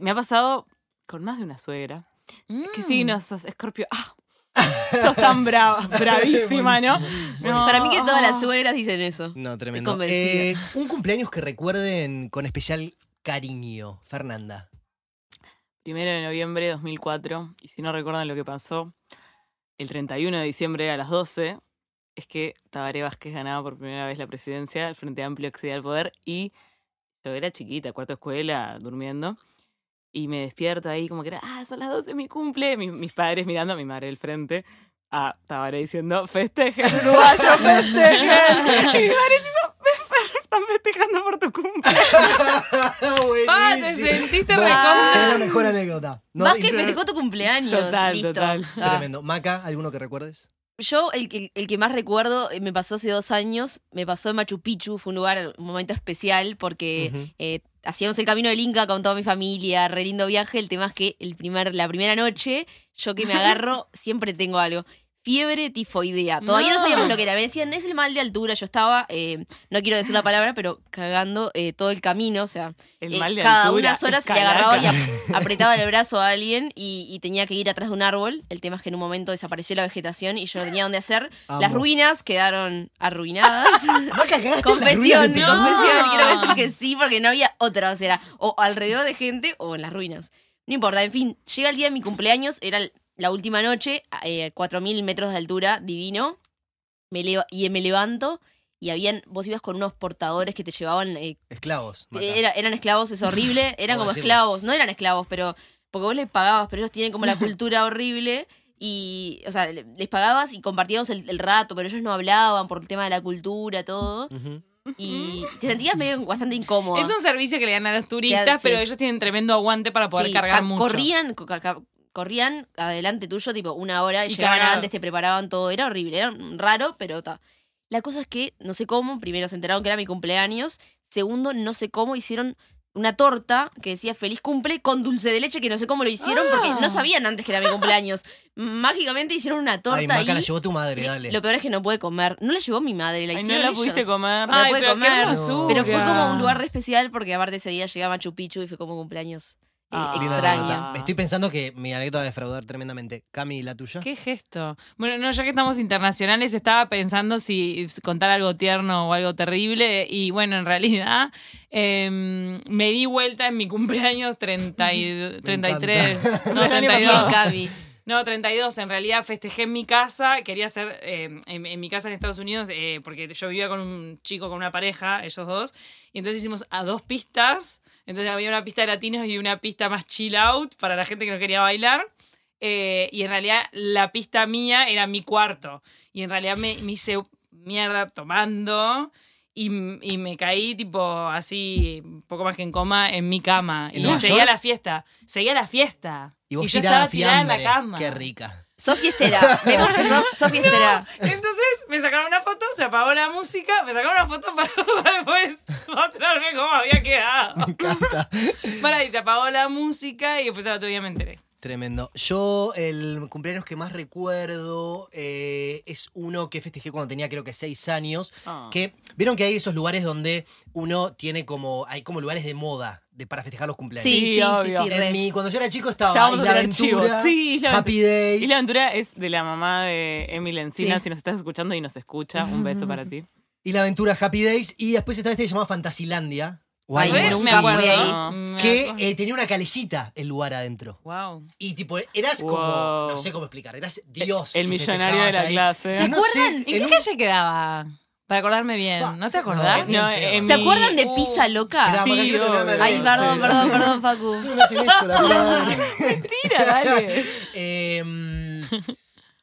[SPEAKER 4] Me ha pasado con más de una suegra.
[SPEAKER 2] Mm.
[SPEAKER 4] Que sí, no sos escorpio. ¡Ah! Sos tan brava, bravísima, ¿no? No.
[SPEAKER 1] Para mí que todas
[SPEAKER 4] Ah.
[SPEAKER 1] las suegras dicen eso.
[SPEAKER 3] No, tremendo.
[SPEAKER 1] convencida.
[SPEAKER 3] Eh, un cumpleaños que recuerden con especial cariño, Fernanda.
[SPEAKER 4] Primero de noviembre de 2004, y si no recuerdan lo que pasó, el 31 de diciembre a las 12, es que Tabaré Vázquez ganaba por primera vez la presidencia, el Frente Amplio accedía al poder, y yo era chiquita, cuarto de escuela, durmiendo, y me despierto ahí como que era, ah, son las 12, mi cumple, Mi- mis padres mirando a mi madre del frente, a Tabaré diciendo, festejen, uruguayo, festejen, y mi madre tipo, "Fer, están festejando por tu cumple.
[SPEAKER 1] Ah,
[SPEAKER 2] Pa, te sentiste
[SPEAKER 3] Bueno,
[SPEAKER 1] recontra.
[SPEAKER 3] tenés la mejor anécdota. No,
[SPEAKER 1] Más
[SPEAKER 3] y-
[SPEAKER 1] que festejó tu cumpleaños.
[SPEAKER 4] Total,
[SPEAKER 1] listo.
[SPEAKER 4] total.
[SPEAKER 1] Ah.
[SPEAKER 3] Tremendo. Maca, ¿alguno que recuerdes?
[SPEAKER 1] Yo, el que, el que más recuerdo, eh, me pasó hace dos años, me pasó en Machu Picchu, fue un lugar, un momento especial, porque
[SPEAKER 3] Ujú.
[SPEAKER 1] eh, hacíamos el camino del Inca con toda mi familia, re lindo viaje, el tema es que el primer, la primera noche, yo que me agarro, siempre tengo algo. Fiebre tifoidea. Todavía no.
[SPEAKER 2] No.
[SPEAKER 1] sabíamos lo que era. Me decían, es el mal de altura. Yo estaba, eh, no quiero decir la palabra, pero cagando eh, todo el camino. O sea,
[SPEAKER 4] El
[SPEAKER 1] eh,
[SPEAKER 4] mal de
[SPEAKER 1] cada
[SPEAKER 4] altura,
[SPEAKER 1] unas horas le
[SPEAKER 4] escalaca.
[SPEAKER 1] agarraba y ap- apretaba el brazo a alguien y, y tenía que ir atrás de un árbol. El tema es que en un momento desapareció la vegetación y yo no tenía dónde hacer. Las
[SPEAKER 3] Amo.
[SPEAKER 1] ruinas quedaron arruinadas.
[SPEAKER 3] Maca, cagaste
[SPEAKER 1] confesión,
[SPEAKER 3] en las ruinas de Picapú.
[SPEAKER 1] confesión. Quiero decir que sí, porque no había otra. O sea, era o alrededor de gente o en las ruinas. No importa, en fin, llega el día de mi cumpleaños, era el- la última noche, eh, 4.000 metros de altura, divino. Me leva- y me levanto y habían, vos ibas con unos portadores que te llevaban eh,
[SPEAKER 3] Esclavos. Maca.
[SPEAKER 1] era- eran esclavos, es horrible. Eran
[SPEAKER 3] Puedo
[SPEAKER 1] como
[SPEAKER 3] decirlo.
[SPEAKER 1] esclavos. No eran esclavos, pero. Porque vos les pagabas, pero ellos tienen como la cultura horrible. Y. O sea, le- les pagabas y compartíamos el, el rato, pero ellos no hablaban por el tema de la cultura, todo.
[SPEAKER 3] Ujú.
[SPEAKER 1] Y te sentías medio bastante incómodo.
[SPEAKER 2] Es un servicio que le dan a los turistas,
[SPEAKER 1] Queda- sí.
[SPEAKER 2] pero ellos tienen tremendo aguante para poder cargar mucho.
[SPEAKER 1] Corrían, co- ca- ca- corrían adelante tuyo, tipo una hora, y,
[SPEAKER 2] Y
[SPEAKER 1] llegaban
[SPEAKER 2] cagaban.
[SPEAKER 1] antes, te preparaban todo. Era horrible, era raro, pero ta. La cosa es que, no sé cómo, primero se enteraron que era mi cumpleaños. Segundo, no sé cómo hicieron una torta que decía feliz cumple con dulce de leche, que no sé cómo lo hicieron porque no sabían antes que era mi cumpleaños. Mágicamente hicieron una torta
[SPEAKER 3] Ay, Maca, la
[SPEAKER 1] ahí.
[SPEAKER 3] llevó tu madre, dale.
[SPEAKER 1] Lo peor es que no pude comer. No la llevó mi madre, la
[SPEAKER 4] Ay,
[SPEAKER 1] hicieron
[SPEAKER 4] no la
[SPEAKER 1] ellos.
[SPEAKER 4] pudiste comer.
[SPEAKER 1] Ah,
[SPEAKER 2] Ay,
[SPEAKER 1] puede
[SPEAKER 2] pero qué
[SPEAKER 1] comer.
[SPEAKER 2] hermosura.
[SPEAKER 1] Pero fue como un lugar re especial porque aparte ese día llegué a Machu Picchu y fue como cumpleaños eh,
[SPEAKER 4] Ah.
[SPEAKER 3] Linda
[SPEAKER 1] extraño.
[SPEAKER 3] anécdota. Estoy pensando que mi anécdota va a defraudar tremendamente. Cami, ¿la tuya?
[SPEAKER 2] Qué gesto. Bueno, no, ya que estamos internacionales, estaba pensando si contar algo tierno o algo terrible. Y bueno, en realidad em, me di vuelta en mi cumpleaños 30 y-
[SPEAKER 3] Me encanta.
[SPEAKER 2] 33, no,
[SPEAKER 4] Del año
[SPEAKER 1] Bien,
[SPEAKER 2] 32.
[SPEAKER 1] Cami.
[SPEAKER 2] No, 32. En realidad festejé en mi casa. Quería hacer eh, en, en mi casa en Estados Unidos, eh, porque yo vivía con un chico, con una pareja, ellos dos. Y entonces hicimos a dos pistas. Entonces había una pista de latinos y una pista más chill out para la gente que no quería bailar. Eh, y en realidad la pista mía era mi cuarto. Y en realidad me, me hice mierda tomando. Y, y me caí tipo así, poco más que en coma, en mi cama.
[SPEAKER 3] ¿En
[SPEAKER 2] Y
[SPEAKER 3] Nueva
[SPEAKER 2] seguía
[SPEAKER 3] York?
[SPEAKER 2] la fiesta. Seguía la fiesta.
[SPEAKER 3] Y vos
[SPEAKER 2] yo
[SPEAKER 3] tirada
[SPEAKER 2] estaba
[SPEAKER 3] a
[SPEAKER 2] tirada en
[SPEAKER 3] fiambre.
[SPEAKER 2] la cama.
[SPEAKER 3] Qué rica.
[SPEAKER 1] Sos fiestera. Vemos que sos, sos fiestera.
[SPEAKER 2] Entonces me sacaron una foto, se apagó la música, me sacaron una foto para, para después mostrarme cómo había quedado.
[SPEAKER 3] Me encanta.
[SPEAKER 2] Para y se apagó la música y después al otro día me enteré.
[SPEAKER 3] Tremendo. Yo, el cumpleaños que más recuerdo eh, es uno que festejé cuando tenía creo que seis años.
[SPEAKER 4] Ah.
[SPEAKER 3] Que vieron que hay esos lugares donde uno tiene como. Hay como lugares de moda de, para festejar los cumpleaños.
[SPEAKER 1] Sí, sí, sí, sí,
[SPEAKER 4] obvio.
[SPEAKER 1] sí,
[SPEAKER 3] En
[SPEAKER 1] re.
[SPEAKER 3] mi, cuando yo era chico
[SPEAKER 4] Ya
[SPEAKER 3] estaba
[SPEAKER 4] vamos a
[SPEAKER 3] Isla
[SPEAKER 4] tener
[SPEAKER 3] Aventura,
[SPEAKER 4] chivos. Sí, Isla
[SPEAKER 3] Happy Days.
[SPEAKER 4] Y la aventura es de la mamá de Emily Encina.
[SPEAKER 1] Sí.
[SPEAKER 4] Si nos estás escuchando y nos escucha, un beso para ti.
[SPEAKER 3] Isla Aventura, Happy Days. Y después estaba este que se llamaba Fantasilandia. o
[SPEAKER 1] Ay,
[SPEAKER 3] algo
[SPEAKER 1] no
[SPEAKER 2] ¿Ves?
[SPEAKER 3] así,
[SPEAKER 1] me acuerdo.
[SPEAKER 2] fui
[SPEAKER 4] No.
[SPEAKER 2] Me
[SPEAKER 3] Que
[SPEAKER 2] acuerdo.
[SPEAKER 3] eh, tenía una calecita el lugar adentro.
[SPEAKER 2] wow.
[SPEAKER 3] Y tipo, eras como.
[SPEAKER 4] Wow. Eh,
[SPEAKER 3] No sé cómo explicar. Eras Dios.
[SPEAKER 4] El
[SPEAKER 3] si
[SPEAKER 4] millonario de la
[SPEAKER 3] festejabas ahí.
[SPEAKER 4] clase.
[SPEAKER 1] ¿Se
[SPEAKER 3] No sé,
[SPEAKER 1] acuerdan?
[SPEAKER 2] ¿En
[SPEAKER 3] en
[SPEAKER 2] qué
[SPEAKER 3] un-
[SPEAKER 2] calle quedaba? Para acordarme bien.
[SPEAKER 3] Fuck.
[SPEAKER 2] ¿No te acordás?
[SPEAKER 3] No,
[SPEAKER 1] ¿Se
[SPEAKER 4] mi-
[SPEAKER 1] acuerdan de
[SPEAKER 2] Uh.
[SPEAKER 1] Pisa Loca?
[SPEAKER 3] Mirá, Maca,
[SPEAKER 4] Sí,
[SPEAKER 3] creo que no me
[SPEAKER 4] obvio.
[SPEAKER 1] Ah, Ay,
[SPEAKER 3] acuerdo.
[SPEAKER 1] perdón, perdón,
[SPEAKER 3] Sí.
[SPEAKER 1] perdón, Facu.
[SPEAKER 3] Sí, me hacen esto, la verdad.
[SPEAKER 4] Tira, dale.
[SPEAKER 3] Em,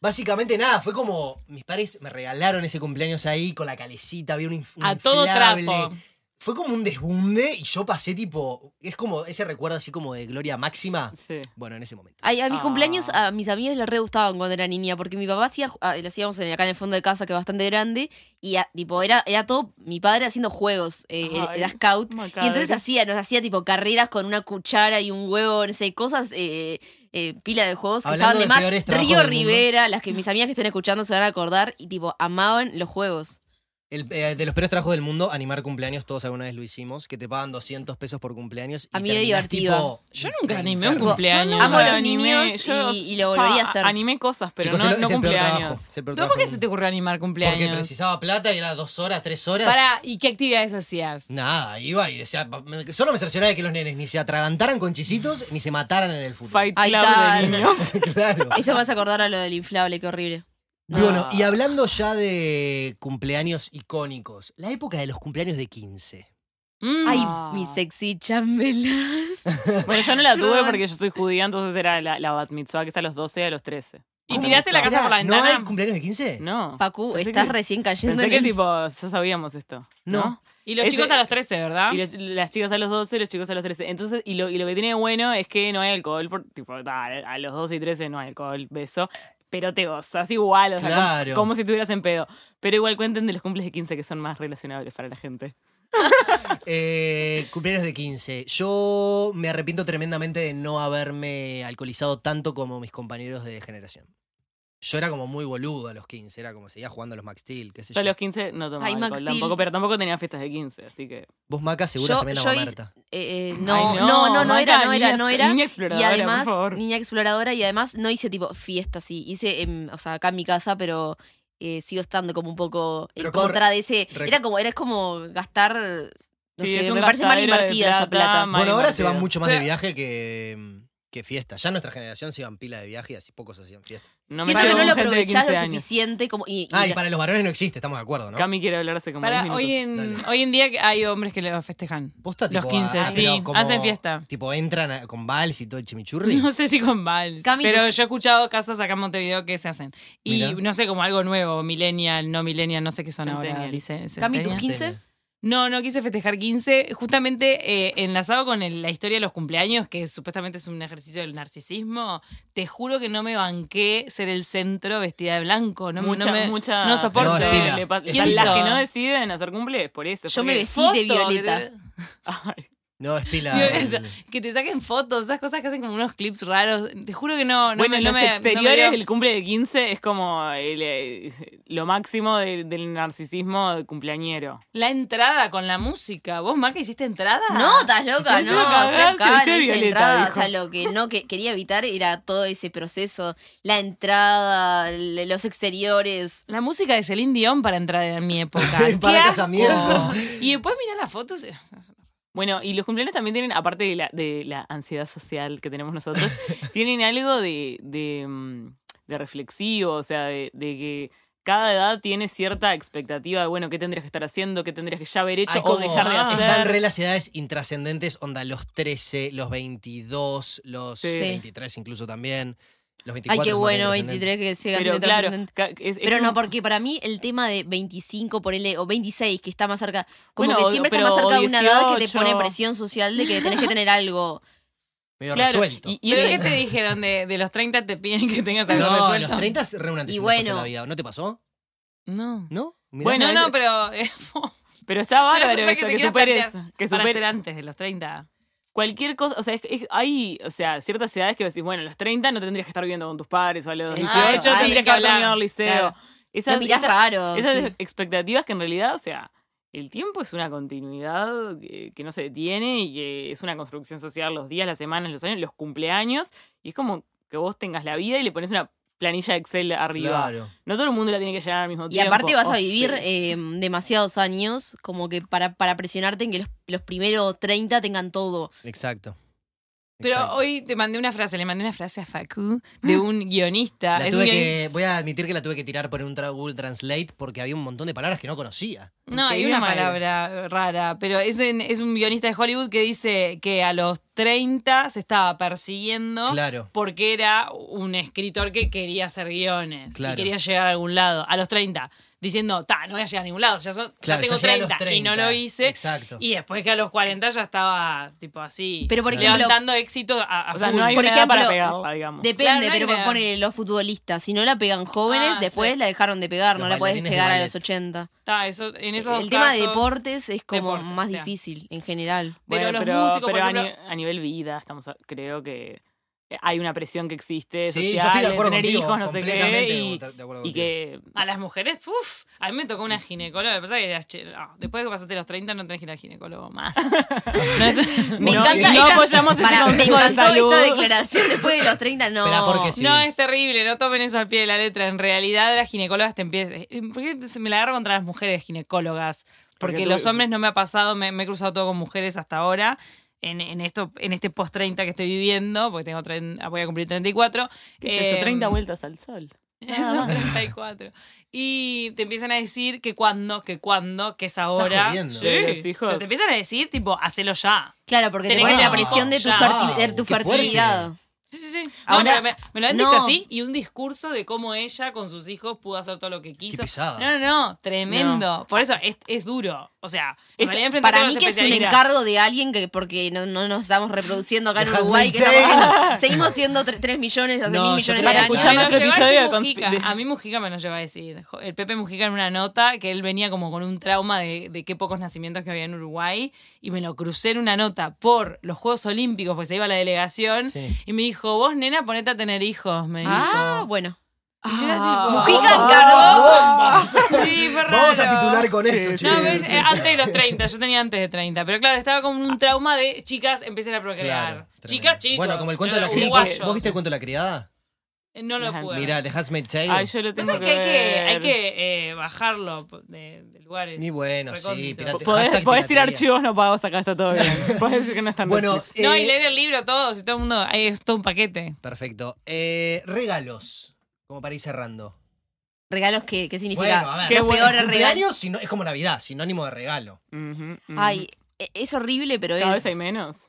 [SPEAKER 3] básicamente nada, fue como mis padres me regalaron ese cumpleaños ahí con la calecita, había un, inf- un
[SPEAKER 2] A todo
[SPEAKER 3] inflable.
[SPEAKER 2] trapo.
[SPEAKER 3] Fue como un desbunde y yo pasé tipo, es como ese recuerdo así como de gloria máxima.
[SPEAKER 4] Sí.
[SPEAKER 3] Bueno, en ese momento.
[SPEAKER 1] Ay, a mis
[SPEAKER 4] Ah.
[SPEAKER 1] cumpleaños a mis amigos les re gustaban cuando era niña, porque mi papá hacía, ah, lo hacíamos en- acá en el fondo de casa, que es bastante grande, y ah, tipo, era, era todo mi padre haciendo juegos, eh,
[SPEAKER 4] Ay,
[SPEAKER 1] era scout.
[SPEAKER 4] macabre.
[SPEAKER 1] Y entonces hacía, nos hacía tipo carreras con una cuchara y un huevo, no sé, cosas, eh, eh, pila de juegos que
[SPEAKER 3] Hablando de
[SPEAKER 1] estaban de,
[SPEAKER 3] peores
[SPEAKER 1] más.
[SPEAKER 3] trabajos
[SPEAKER 1] Río
[SPEAKER 3] del mundo.
[SPEAKER 1] Rivera, las que mis amigas que estén escuchando se van a acordar, y tipo, amaban los juegos.
[SPEAKER 3] El, eh, de los peores trabajos del mundo, animar cumpleaños, todos alguna vez lo hicimos, que te pagan 200 pesos por cumpleaños.
[SPEAKER 1] A
[SPEAKER 3] y
[SPEAKER 1] mí me
[SPEAKER 3] terminás,
[SPEAKER 1] divertía.
[SPEAKER 3] tipo,
[SPEAKER 2] Yo nunca animé
[SPEAKER 3] enfermo.
[SPEAKER 2] un cumpleaños.
[SPEAKER 4] Yo
[SPEAKER 1] Amo
[SPEAKER 4] nunca
[SPEAKER 1] los
[SPEAKER 4] animé,
[SPEAKER 1] niños
[SPEAKER 4] yo-
[SPEAKER 1] y, y lo volvería a
[SPEAKER 4] pa,
[SPEAKER 1] hacer.
[SPEAKER 4] Animé cosas, pero
[SPEAKER 3] Chicos,
[SPEAKER 4] no,
[SPEAKER 3] es lo-
[SPEAKER 4] no
[SPEAKER 3] es el peor trabajo,
[SPEAKER 4] cumpleaños.
[SPEAKER 3] es el peor
[SPEAKER 2] ¿Pero
[SPEAKER 3] trabajo
[SPEAKER 2] por qué
[SPEAKER 3] del
[SPEAKER 2] se te
[SPEAKER 3] mundo.
[SPEAKER 2] ocurrió animar
[SPEAKER 3] Porque
[SPEAKER 2] cumpleaños?
[SPEAKER 3] precisaba plata y era dos horas, tres horas.
[SPEAKER 2] Pará, ¿y qué actividades hacías?
[SPEAKER 3] Nada, iba y decía. me- Solo me cercioraba de que los nenes ni se atragantaran con chisitos ni se mataran en el fútbol.
[SPEAKER 4] Fight
[SPEAKER 1] Ahí
[SPEAKER 4] Club
[SPEAKER 1] está.
[SPEAKER 4] de niños.
[SPEAKER 3] claro.
[SPEAKER 1] Esto me vas a acordar a lo del inflable, qué horrible.
[SPEAKER 3] Bueno, y hablando ya de cumpleaños icónicos, la época de los cumpleaños de 15.
[SPEAKER 2] Mm.
[SPEAKER 1] Ay,
[SPEAKER 4] Ah.
[SPEAKER 1] mi sexy chambelán.
[SPEAKER 4] Bueno, yo no la tuve
[SPEAKER 1] Perdón.
[SPEAKER 4] porque yo soy judía, entonces era la, la bat mitzvah, que es a los 12 a los 13.
[SPEAKER 2] ¿Y tiraste la
[SPEAKER 4] Bat
[SPEAKER 2] casa por la
[SPEAKER 3] Pará, ¿No
[SPEAKER 2] ventana?
[SPEAKER 3] hay cumpleaños de 15?
[SPEAKER 4] mitzvah. No.
[SPEAKER 1] Facu,
[SPEAKER 4] Pensé
[SPEAKER 1] estás
[SPEAKER 4] que-
[SPEAKER 1] recién cayendo
[SPEAKER 4] Pensé
[SPEAKER 1] en
[SPEAKER 4] que
[SPEAKER 1] el-
[SPEAKER 4] tipo, ya sabíamos esto.
[SPEAKER 3] No.
[SPEAKER 4] ¿no?
[SPEAKER 2] y los
[SPEAKER 4] ese-
[SPEAKER 2] chicos a los 13, ¿verdad?
[SPEAKER 4] Y los- las chicas a los 12, los chicos a los 13. Entonces, y lo, y lo que tiene de bueno es que no hay alcohol, por- tipo, a, a los 12 y 13 no hay alcohol, beso, pero te gozas igual, o sea, como-
[SPEAKER 3] Claro.
[SPEAKER 4] como, si estuvieras en pedo. Pero igual cuenten de los cumples de 15 que son más relacionables para la gente.
[SPEAKER 3] Eh, cumpleaños de 15. Yo me arrepiento tremendamente de no haberme alcoholizado tanto como mis compañeros de generación. Yo era como muy boludo a los 15, era como seguía jugando a los Max Steel, qué sé
[SPEAKER 4] Yo
[SPEAKER 3] yo.
[SPEAKER 4] a los 15 no tomaba
[SPEAKER 1] Ay, Max
[SPEAKER 4] alcohol
[SPEAKER 1] Steel.
[SPEAKER 4] tampoco, pero tampoco tenía fiestas de 15, así que...
[SPEAKER 3] Vos, Maca, seguro
[SPEAKER 1] Yo-
[SPEAKER 3] también la
[SPEAKER 1] yo hice-
[SPEAKER 3] Marta.
[SPEAKER 1] Eh, eh,
[SPEAKER 4] Ay,
[SPEAKER 1] no, no, no, no
[SPEAKER 4] Maca,
[SPEAKER 1] era, no
[SPEAKER 4] niña-
[SPEAKER 1] era, no era.
[SPEAKER 4] Niña
[SPEAKER 1] Y
[SPEAKER 4] exploradora,
[SPEAKER 1] además,
[SPEAKER 4] por favor.
[SPEAKER 1] niña exploradora, y además no hice tipo fiesta, sí. Hice, em, o sea, acá en mi casa, pero eh, sigo estando como un poco en
[SPEAKER 3] Pero ¿cómo
[SPEAKER 1] contra de ese.
[SPEAKER 3] re-
[SPEAKER 1] Era como, era como gastar. No
[SPEAKER 4] Sí,
[SPEAKER 1] sé,
[SPEAKER 4] es
[SPEAKER 1] me
[SPEAKER 4] un
[SPEAKER 1] parece mal
[SPEAKER 4] gastadero de
[SPEAKER 1] invertida esa plata.
[SPEAKER 4] plata.
[SPEAKER 3] Bueno,
[SPEAKER 4] Mal
[SPEAKER 3] ahora se
[SPEAKER 4] invertido.
[SPEAKER 3] van mucho más de
[SPEAKER 2] Pero-
[SPEAKER 3] viaje que, mm, que fiesta. Ya nuestra generación se iban pila de viaje y así pocos hacían fiesta.
[SPEAKER 4] No
[SPEAKER 1] Siento que no
[SPEAKER 4] llevo con
[SPEAKER 1] lo
[SPEAKER 4] gente de
[SPEAKER 1] aprovechás
[SPEAKER 4] 15
[SPEAKER 1] lo
[SPEAKER 4] años.
[SPEAKER 1] suficiente. Como, y, y
[SPEAKER 3] Ah, y
[SPEAKER 1] la-
[SPEAKER 3] para los varones no existe, estamos de acuerdo, ¿no?
[SPEAKER 4] Cami quiere hablarse como
[SPEAKER 2] Pará,
[SPEAKER 4] 10
[SPEAKER 2] hoy
[SPEAKER 4] minutos.
[SPEAKER 2] en,
[SPEAKER 3] Dale.
[SPEAKER 2] hoy en día hay hombres que lo festejan.
[SPEAKER 3] Posta,
[SPEAKER 2] Los
[SPEAKER 3] tipo,
[SPEAKER 2] 15,
[SPEAKER 3] ah,
[SPEAKER 2] sí,
[SPEAKER 3] pero como-
[SPEAKER 2] hacen fiesta.
[SPEAKER 3] Tipo, entran a- con vals y todo el chimichurri.
[SPEAKER 2] No sé si con vals,
[SPEAKER 1] Cami,
[SPEAKER 2] pero
[SPEAKER 1] tú-
[SPEAKER 2] yo he escuchado casos acá en Montevideo que se hacen. Y
[SPEAKER 3] Mirá.
[SPEAKER 2] no sé, como algo nuevo, millennial, no millennial, no sé qué son ahora.
[SPEAKER 4] Centennial.
[SPEAKER 2] Dice,
[SPEAKER 1] Cami, tus
[SPEAKER 2] centennial.
[SPEAKER 1] 15.
[SPEAKER 2] No, no quise festejar 15, justamente eh, enlazado con el- la historia de los cumpleaños, que supuestamente es un ejercicio del narcisismo, te juro que no me banqué ser el centro vestida de blanco. No, me-
[SPEAKER 4] mucha,
[SPEAKER 2] no me,
[SPEAKER 4] mucha
[SPEAKER 2] no soporto.
[SPEAKER 3] No,
[SPEAKER 4] gente
[SPEAKER 3] espera.
[SPEAKER 4] le pasa-
[SPEAKER 2] ¿Quién
[SPEAKER 4] las
[SPEAKER 2] hizo?
[SPEAKER 4] que no deciden hacer cumple es por eso.
[SPEAKER 1] Yo me
[SPEAKER 4] porque-
[SPEAKER 1] vestí de
[SPEAKER 2] Foto, que te-
[SPEAKER 1] violeta.
[SPEAKER 4] Ay,
[SPEAKER 3] No, es pila.
[SPEAKER 2] Violeta.
[SPEAKER 3] el-
[SPEAKER 2] Que te saquen fotos, esas cosas que hacen como unos clips raros. Te juro que no, no
[SPEAKER 4] bueno,
[SPEAKER 2] me,
[SPEAKER 4] en
[SPEAKER 2] no
[SPEAKER 4] los
[SPEAKER 2] me- no me
[SPEAKER 4] exteriores
[SPEAKER 2] dio.
[SPEAKER 4] el cumple de 15 es como el, eh, lo máximo de- del narcisismo de cumpleañero.
[SPEAKER 2] La entrada con la música. ¿Vos, Maca, hiciste entrada?
[SPEAKER 1] No, estás loca,
[SPEAKER 4] Sí,
[SPEAKER 1] no,
[SPEAKER 4] sí, lo cagás,
[SPEAKER 1] fue caro,
[SPEAKER 4] se viste
[SPEAKER 1] hice
[SPEAKER 4] violeta,
[SPEAKER 1] entrada.
[SPEAKER 4] dijo.
[SPEAKER 1] O sea, lo que no que quería evitar era todo ese proceso, la entrada, l- los exteriores.
[SPEAKER 2] La música de Celine Dion para entrar en mi época.
[SPEAKER 3] Para
[SPEAKER 2] ¡Qué asco!
[SPEAKER 3] casamiento.
[SPEAKER 4] eh,
[SPEAKER 2] Y después mirá las fotos.
[SPEAKER 4] Bueno, y los cumpleaños también tienen, aparte de la, de la ansiedad social que tenemos nosotros, tienen algo de, de, mm, de reflexivo, o sea, de, de que cada edad tiene cierta expectativa de, bueno, qué tendrías que estar haciendo, qué tendrías que ya haber hecho
[SPEAKER 3] Hay
[SPEAKER 4] o
[SPEAKER 3] como-
[SPEAKER 4] dejar de
[SPEAKER 2] Ah,
[SPEAKER 4] hacer.
[SPEAKER 3] Están re las edades intrascendentes, onda los 13, los 22, los
[SPEAKER 4] Sí.
[SPEAKER 3] 23 incluso también. Los 24
[SPEAKER 1] Ay, qué
[SPEAKER 3] son más
[SPEAKER 1] bueno, 23
[SPEAKER 3] intrascendentes.
[SPEAKER 1] que siga
[SPEAKER 4] Pero
[SPEAKER 1] siendo
[SPEAKER 4] claro,
[SPEAKER 1] trascendente.
[SPEAKER 4] ca- es- es
[SPEAKER 1] Pero no,
[SPEAKER 4] un-
[SPEAKER 1] porque para mí el tema de 25, ponele, o 26, que está más cerca, como
[SPEAKER 4] Bueno,
[SPEAKER 1] que
[SPEAKER 4] o-
[SPEAKER 1] siempre está
[SPEAKER 4] pero
[SPEAKER 1] más cerca de una edad que te
[SPEAKER 4] 18.
[SPEAKER 1] pone presión social de que tenés que tener algo.
[SPEAKER 3] Medio
[SPEAKER 4] claro,
[SPEAKER 3] resuelto.
[SPEAKER 4] Y, y
[SPEAKER 2] ¿Y
[SPEAKER 4] eso-
[SPEAKER 2] qué te dijeron? De, de los 30 te piden que tengas algo
[SPEAKER 3] no, a
[SPEAKER 2] resuelto.
[SPEAKER 3] los 30 es re una antes
[SPEAKER 1] Y
[SPEAKER 3] y un después en
[SPEAKER 1] bueno.
[SPEAKER 3] la vida. ¿No te pasó?
[SPEAKER 2] No.
[SPEAKER 3] ¿No? Mirá.
[SPEAKER 4] Bueno,
[SPEAKER 2] no,
[SPEAKER 4] es-
[SPEAKER 2] no, pero eh,
[SPEAKER 4] pero está bárbaro
[SPEAKER 2] cosa que
[SPEAKER 4] eso,
[SPEAKER 2] te
[SPEAKER 4] que,
[SPEAKER 2] quiero
[SPEAKER 4] superes.
[SPEAKER 2] plantear
[SPEAKER 4] Que
[SPEAKER 2] para
[SPEAKER 4] superes.
[SPEAKER 2] ser antes de los 30.
[SPEAKER 4] Cualquier cosa, o sea, es- es- hay, o sea, ciertas edades que decís, bueno, a los 30 no tendrías que estar viviendo con tus padres, o a los
[SPEAKER 1] Exacto.
[SPEAKER 4] 18
[SPEAKER 1] Ah,
[SPEAKER 4] tendrías que
[SPEAKER 1] exacto.
[SPEAKER 4] haber terminado el liceo.
[SPEAKER 1] Claro.
[SPEAKER 4] Esas,
[SPEAKER 1] Lo mirás
[SPEAKER 4] esas-
[SPEAKER 1] raro.
[SPEAKER 4] esas
[SPEAKER 1] sí.
[SPEAKER 4] expectativas que en realidad, o sea, el tiempo es una continuidad que, que no se detiene y que es una construcción social, los días, las semanas, los años, los cumpleaños, y es como que vos tengas la vida y le pones una planilla de Excel arriba.
[SPEAKER 3] Claro.
[SPEAKER 4] No todo el mundo la tiene que llenar al mismo
[SPEAKER 1] Y
[SPEAKER 4] tiempo. Oh,
[SPEAKER 1] aparte vas
[SPEAKER 4] o
[SPEAKER 1] a
[SPEAKER 4] sea,
[SPEAKER 1] vivir eh, demasiados años como que para, para presionarte en que los, los primeros 30 tengan todo.
[SPEAKER 3] Exacto.
[SPEAKER 2] Pero
[SPEAKER 3] Exacto.
[SPEAKER 2] hoy te mandé una frase, le mandé una frase a Facu de un guionista.
[SPEAKER 3] La
[SPEAKER 2] Es
[SPEAKER 3] tuve
[SPEAKER 2] un guioni-
[SPEAKER 3] que, voy a admitir que la tuve que tirar por un tra- Google Translate porque había un montón de palabras que no conocía.
[SPEAKER 2] No, hay
[SPEAKER 4] Qué
[SPEAKER 2] una
[SPEAKER 4] mal.
[SPEAKER 2] palabra rara, pero es un, es un guionista de Hollywood que dice que a los 30 se estaba persiguiendo
[SPEAKER 3] Claro.
[SPEAKER 2] porque era un escritor que quería hacer guiones
[SPEAKER 3] Claro.
[SPEAKER 2] y quería llegar a algún lado, a los 30, diciendo, ta, no voy a llegar a ningún lado, ya, son- ya
[SPEAKER 3] claro
[SPEAKER 2] tengo
[SPEAKER 3] ya llegué a los
[SPEAKER 2] 30, y no lo hice.
[SPEAKER 3] Exacto.
[SPEAKER 2] Y después que a los 40 ya estaba tipo así,
[SPEAKER 1] Pero, por ejemplo-
[SPEAKER 2] levantando éxito a, a
[SPEAKER 4] O sea,
[SPEAKER 2] full.
[SPEAKER 4] no hay
[SPEAKER 1] Por
[SPEAKER 4] una edad para
[SPEAKER 1] ejemplo,
[SPEAKER 4] pegarla, digamos.
[SPEAKER 1] Depende,
[SPEAKER 2] no hay
[SPEAKER 1] pero
[SPEAKER 2] una edad.
[SPEAKER 1] ponele los futbolistas. Si no la pegan jóvenes,
[SPEAKER 2] Ah,
[SPEAKER 1] después
[SPEAKER 2] sí.
[SPEAKER 1] la dejaron de pegar, no
[SPEAKER 3] Los
[SPEAKER 1] la podés
[SPEAKER 3] bailarines de
[SPEAKER 1] pegar a
[SPEAKER 3] ballet.
[SPEAKER 1] los 80.
[SPEAKER 2] Está, eso, en esos
[SPEAKER 1] El
[SPEAKER 2] dos
[SPEAKER 1] tema de
[SPEAKER 2] casos-
[SPEAKER 1] deportes es como
[SPEAKER 2] Deportes,
[SPEAKER 1] más
[SPEAKER 2] ya.
[SPEAKER 1] difícil en general.
[SPEAKER 2] Pero los músicos, por
[SPEAKER 4] pero a,
[SPEAKER 2] ejemplo-
[SPEAKER 4] ni- a nivel vida, estamos a- creo que eh, hay una presión que existe
[SPEAKER 3] Sí, yo
[SPEAKER 4] social,
[SPEAKER 3] estoy de acuerdo
[SPEAKER 4] eh, tener
[SPEAKER 3] contigo,
[SPEAKER 4] hijos, no sé qué,
[SPEAKER 3] completamente
[SPEAKER 4] y,
[SPEAKER 3] de acuerdo
[SPEAKER 4] y
[SPEAKER 3] contigo.
[SPEAKER 4] que...
[SPEAKER 2] A las mujeres, uff, a mí me tocó una ginecóloga, lo que pasa es que eras che- no, después de que pasaste los 30 no tenés que ir al ginecólogo más. No es-
[SPEAKER 1] Me
[SPEAKER 4] No,
[SPEAKER 1] encanta
[SPEAKER 4] y no
[SPEAKER 1] esta-
[SPEAKER 4] apoyamos este
[SPEAKER 1] Pará, me
[SPEAKER 4] consejo de
[SPEAKER 1] encantó
[SPEAKER 4] salud.
[SPEAKER 1] esta declaración después de los 30. No,
[SPEAKER 3] Pero porque sí.
[SPEAKER 2] No, es terrible, no tomen eso al pie de la letra. En realidad las ginecólogas te empiezan... ¿Por qué se me la agarro contra las mujeres ginecólogas? Porque,
[SPEAKER 4] Porque tú-
[SPEAKER 2] los hombres no me ha pasado, me, me he cruzado todo con mujeres hasta ahora. En, en esto, en este post 30 que estoy viviendo, porque tengo tren- voy a cumplir 34.
[SPEAKER 4] ¿Qué es eso?
[SPEAKER 2] em,
[SPEAKER 4] 30 vueltas al sol.
[SPEAKER 2] Son 34. Y te empiezan a decir que cuando, que cuando, que es ahora.
[SPEAKER 3] jodiendo.
[SPEAKER 2] Sí.
[SPEAKER 4] De los hijos.
[SPEAKER 2] Pero te empiezan a decir, tipo, hacelo ya.
[SPEAKER 1] Claro, porque te
[SPEAKER 2] Tenés
[SPEAKER 1] ponen
[SPEAKER 2] que
[SPEAKER 1] la
[SPEAKER 2] tener
[SPEAKER 1] presión de tu,
[SPEAKER 2] hijos ya.
[SPEAKER 1] fertil- de
[SPEAKER 3] Wow,
[SPEAKER 1] tu
[SPEAKER 3] qué fuerte.
[SPEAKER 1] fertilidad.
[SPEAKER 2] Sí, sí, sí. No,
[SPEAKER 1] Ahora-
[SPEAKER 2] pero me, me lo han
[SPEAKER 1] no.
[SPEAKER 2] dicho así y un discurso de cómo ella con sus hijos pudo hacer todo lo que quiso.
[SPEAKER 1] Ah.
[SPEAKER 3] pesada.
[SPEAKER 2] No, no, tremendo. Por eso es, es duro. O sea, en
[SPEAKER 4] Es-
[SPEAKER 2] realidad enfrentar
[SPEAKER 1] Para mí
[SPEAKER 2] todas las
[SPEAKER 1] que es un
[SPEAKER 2] especialidades.
[SPEAKER 1] encargo de alguien que porque no, no nos estamos reproduciendo acá en
[SPEAKER 3] Dejadme
[SPEAKER 1] Uruguay, que
[SPEAKER 3] en
[SPEAKER 1] estamos
[SPEAKER 3] paz.
[SPEAKER 1] siendo- seguimos siendo 3 millones, hace
[SPEAKER 3] No,
[SPEAKER 1] mil
[SPEAKER 3] yo
[SPEAKER 1] millones de
[SPEAKER 3] creo que
[SPEAKER 1] años.
[SPEAKER 2] Me
[SPEAKER 4] escuchame
[SPEAKER 2] lo
[SPEAKER 4] otro
[SPEAKER 2] llegó a
[SPEAKER 4] episodio
[SPEAKER 2] decir
[SPEAKER 4] de
[SPEAKER 2] Mujica.
[SPEAKER 4] conspi- de-
[SPEAKER 2] A mí Mujica me lo llegó a decir. Jo- El Pepe Mujica en una nota que él venía como con un trauma de, de qué pocos nacimientos que había en Uruguay y me lo crucé en una nota por los Juegos Olímpicos porque se iba la delegación
[SPEAKER 3] Sí.
[SPEAKER 2] y me dijo, vos nena ponete a tener hijos, me dijo.
[SPEAKER 1] Ah, bueno.
[SPEAKER 4] Ah.
[SPEAKER 1] Mujica
[SPEAKER 2] ¡Bomba!
[SPEAKER 3] encargó.
[SPEAKER 2] Sí, fue
[SPEAKER 3] Vamos a
[SPEAKER 2] raro.
[SPEAKER 3] titular con
[SPEAKER 4] Sí,
[SPEAKER 3] esto,
[SPEAKER 4] sí.
[SPEAKER 2] No,
[SPEAKER 3] che.
[SPEAKER 2] ves, eh, antes de los 30, yo tenía antes de 30, pero claro, estaba como un trauma de chicas empiecen a procrear.
[SPEAKER 3] Claro, tremendo.
[SPEAKER 2] chicas, chicos.
[SPEAKER 3] Bueno, como el cuento de la criada.
[SPEAKER 2] uruguayos.
[SPEAKER 3] ¿Vos viste el cuento de la criada?
[SPEAKER 2] Eh, No lo
[SPEAKER 4] Ajá.
[SPEAKER 2] pude. ver.
[SPEAKER 3] Mirá, The Handmaid's Tale.
[SPEAKER 4] Ay, yo lo
[SPEAKER 2] Pasa
[SPEAKER 4] tengo que,
[SPEAKER 2] que hay que, hay
[SPEAKER 4] ver.
[SPEAKER 2] que eh, bajarlo de, de lugares.
[SPEAKER 3] Ni bueno, sí,
[SPEAKER 2] recónditos.
[SPEAKER 3] pirata-
[SPEAKER 4] Podés,
[SPEAKER 3] Hashtag
[SPEAKER 4] podés tirar
[SPEAKER 3] piratería.
[SPEAKER 4] archivos no pagos acá, está todo bien. Podés decir que no están
[SPEAKER 3] Bueno,
[SPEAKER 2] No,
[SPEAKER 3] eh,
[SPEAKER 2] y leer el libro todos y todo el mundo. ahí es todo un paquete.
[SPEAKER 3] Perfecto. Eh, regalos. Como para ir cerrando.
[SPEAKER 1] ¿Regalos qué, qué significa?
[SPEAKER 3] Bueno, a ver.
[SPEAKER 4] Qué
[SPEAKER 1] Los
[SPEAKER 4] bueno,
[SPEAKER 1] peores regalos.
[SPEAKER 3] Cumpleaños sino- es como Navidad, sinónimo de regalo.
[SPEAKER 1] Ay, e- es horrible, pero
[SPEAKER 4] Cada
[SPEAKER 1] es.
[SPEAKER 4] vez hay menos.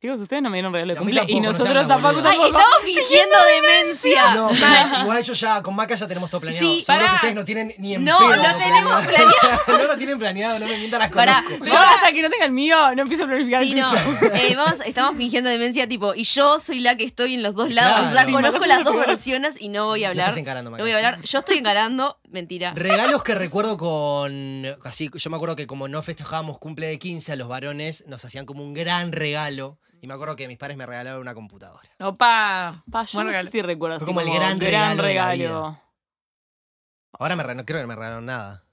[SPEAKER 4] Chicos, ustedes no me dieron regalo de
[SPEAKER 3] A mí
[SPEAKER 4] cumpleaños. Y
[SPEAKER 3] tampoco, no sean
[SPEAKER 4] nosotros
[SPEAKER 3] tan
[SPEAKER 4] tampoco,
[SPEAKER 3] boludos.
[SPEAKER 1] Ay,
[SPEAKER 4] tampoco.
[SPEAKER 1] estamos fingiendo demencia.
[SPEAKER 3] No, pero igual yo ya con Maca ya tenemos todo planeado.
[SPEAKER 1] ah, Sí,
[SPEAKER 3] Seguro
[SPEAKER 2] pará.
[SPEAKER 3] que ustedes no tienen ni en
[SPEAKER 1] No,
[SPEAKER 3] pedo
[SPEAKER 1] no
[SPEAKER 3] lo
[SPEAKER 1] tenemos
[SPEAKER 3] no lo tienen planeado, no me mientan las
[SPEAKER 1] Pará,
[SPEAKER 3] conozco.
[SPEAKER 4] Yo hasta que no tenga el mío, no empiezo a planificar
[SPEAKER 1] Sí,
[SPEAKER 4] el
[SPEAKER 1] no.
[SPEAKER 4] tuyo.
[SPEAKER 1] Eh, vamos, estamos fingiendo demencia, tipo, y yo soy la que estoy en los dos lados.
[SPEAKER 3] Claro.
[SPEAKER 1] O sea,
[SPEAKER 3] Sí,
[SPEAKER 1] conozco
[SPEAKER 4] Maca,
[SPEAKER 1] las
[SPEAKER 4] sos
[SPEAKER 1] dos
[SPEAKER 4] la peor.
[SPEAKER 1] versiones y no voy a
[SPEAKER 3] No
[SPEAKER 1] hablar.
[SPEAKER 3] estás encarando,
[SPEAKER 1] No
[SPEAKER 3] Maca.
[SPEAKER 1] voy a hablar. Yo estoy encarando, mentira.
[SPEAKER 3] Regalos que recuerdo con. Así, yo me acuerdo que como no festejábamos cumple de 15, a los varones nos hacían como un gran regalo. Y me acuerdo que mis padres me regalaron una computadora.
[SPEAKER 2] Opa.
[SPEAKER 4] Pa, yo
[SPEAKER 2] Buen
[SPEAKER 4] no sé
[SPEAKER 2] regalo.
[SPEAKER 4] si recuerdo así
[SPEAKER 3] Fue como el gran regalo de la Ahora me re- no creo que me regalaron nada.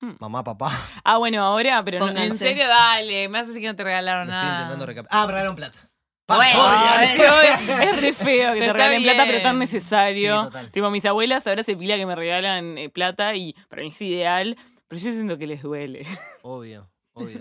[SPEAKER 4] Hmm.
[SPEAKER 3] Mamá, papá.
[SPEAKER 4] Ah, bueno, ahora, pero no,
[SPEAKER 1] Pongan-
[SPEAKER 2] En
[SPEAKER 1] Pónganse.
[SPEAKER 2] serio, dale. Me hace así que no te regalaron
[SPEAKER 3] Me estoy
[SPEAKER 2] nada.
[SPEAKER 3] intentando recap- Ah, me regalaron plata.
[SPEAKER 1] Bueno,
[SPEAKER 3] Obvio.
[SPEAKER 1] a
[SPEAKER 4] Ay,
[SPEAKER 1] ver.
[SPEAKER 4] no, es re feo que te
[SPEAKER 2] Pero
[SPEAKER 4] regalen
[SPEAKER 2] está
[SPEAKER 4] plata, pero
[SPEAKER 2] bien.
[SPEAKER 4] tan
[SPEAKER 3] Sí,
[SPEAKER 4] necesario.
[SPEAKER 3] total.
[SPEAKER 4] tipo, mis abuelas ahora se pila que me regalan eh, plata y para mí es ideal, pero yo siento que les duele.
[SPEAKER 3] Obvio. obvio.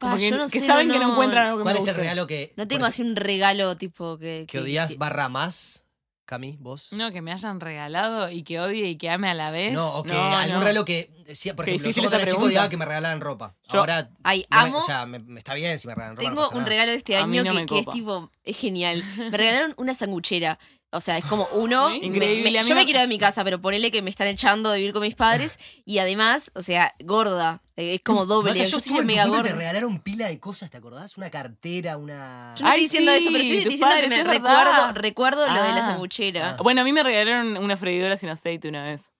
[SPEAKER 1] Pa,
[SPEAKER 4] Como que,
[SPEAKER 1] yo no
[SPEAKER 4] que
[SPEAKER 1] sé,
[SPEAKER 4] saben
[SPEAKER 1] no,
[SPEAKER 4] que no
[SPEAKER 1] no.
[SPEAKER 4] encuentran algo que
[SPEAKER 3] ¿Cuál
[SPEAKER 4] me
[SPEAKER 3] es el
[SPEAKER 4] guste.
[SPEAKER 3] regalo que,
[SPEAKER 1] No tengo
[SPEAKER 3] por-
[SPEAKER 1] así un regalo tipo que.
[SPEAKER 3] que odias barra más, Cami, vos?
[SPEAKER 2] No, que me hayan regalado y que odie y que ame a la vez.
[SPEAKER 3] No, o que
[SPEAKER 4] no,
[SPEAKER 3] algún
[SPEAKER 4] no.
[SPEAKER 3] regalo que. sí, por
[SPEAKER 4] Qué
[SPEAKER 3] ejemplo, yo
[SPEAKER 4] difícil
[SPEAKER 3] cuando
[SPEAKER 4] esa
[SPEAKER 3] era chico
[SPEAKER 4] pregunta.
[SPEAKER 3] odiaba que me regalaran ropa.
[SPEAKER 4] Yo-
[SPEAKER 3] Ahora.
[SPEAKER 1] Ay,
[SPEAKER 3] no me-
[SPEAKER 1] amo.
[SPEAKER 3] o sea, me- me está bien si me regalan ropa. no
[SPEAKER 1] Tengo
[SPEAKER 3] pasa
[SPEAKER 1] un
[SPEAKER 3] nada.
[SPEAKER 1] regalo de este
[SPEAKER 4] A mí
[SPEAKER 1] año
[SPEAKER 4] no
[SPEAKER 1] que,
[SPEAKER 4] me
[SPEAKER 1] que es
[SPEAKER 4] copa.
[SPEAKER 1] tipo, es genial. Me regalaron una sanguchera. O sea, es como uno. me-
[SPEAKER 4] Increíble,
[SPEAKER 1] me-
[SPEAKER 4] a mí
[SPEAKER 1] yo me
[SPEAKER 4] no-
[SPEAKER 1] quiero de mi casa, pero ponele que me están echando de vivir con mis padres. Y además, o sea, gorda. eh, Es como doble.
[SPEAKER 3] Maca,
[SPEAKER 1] yo
[SPEAKER 3] yo
[SPEAKER 1] soy
[SPEAKER 3] estuve
[SPEAKER 1] una
[SPEAKER 3] en tu
[SPEAKER 1] mega
[SPEAKER 3] cumple,
[SPEAKER 1] gorda.
[SPEAKER 3] te regalaron pila de cosas, ¿te acordás? Una cartera, una.
[SPEAKER 1] Yo no
[SPEAKER 4] Ay,
[SPEAKER 1] estoy diciendo
[SPEAKER 4] sí,
[SPEAKER 1] eso, pero estoy
[SPEAKER 4] tus
[SPEAKER 1] diciendo que
[SPEAKER 4] padres,
[SPEAKER 1] me
[SPEAKER 4] es
[SPEAKER 1] recuerdo,
[SPEAKER 4] verdad.
[SPEAKER 1] recuerdo lo de la
[SPEAKER 4] Ah.
[SPEAKER 1] sanguchera.
[SPEAKER 3] Ah.
[SPEAKER 4] Bueno, a mí me regalaron una freidora sin aceite una vez.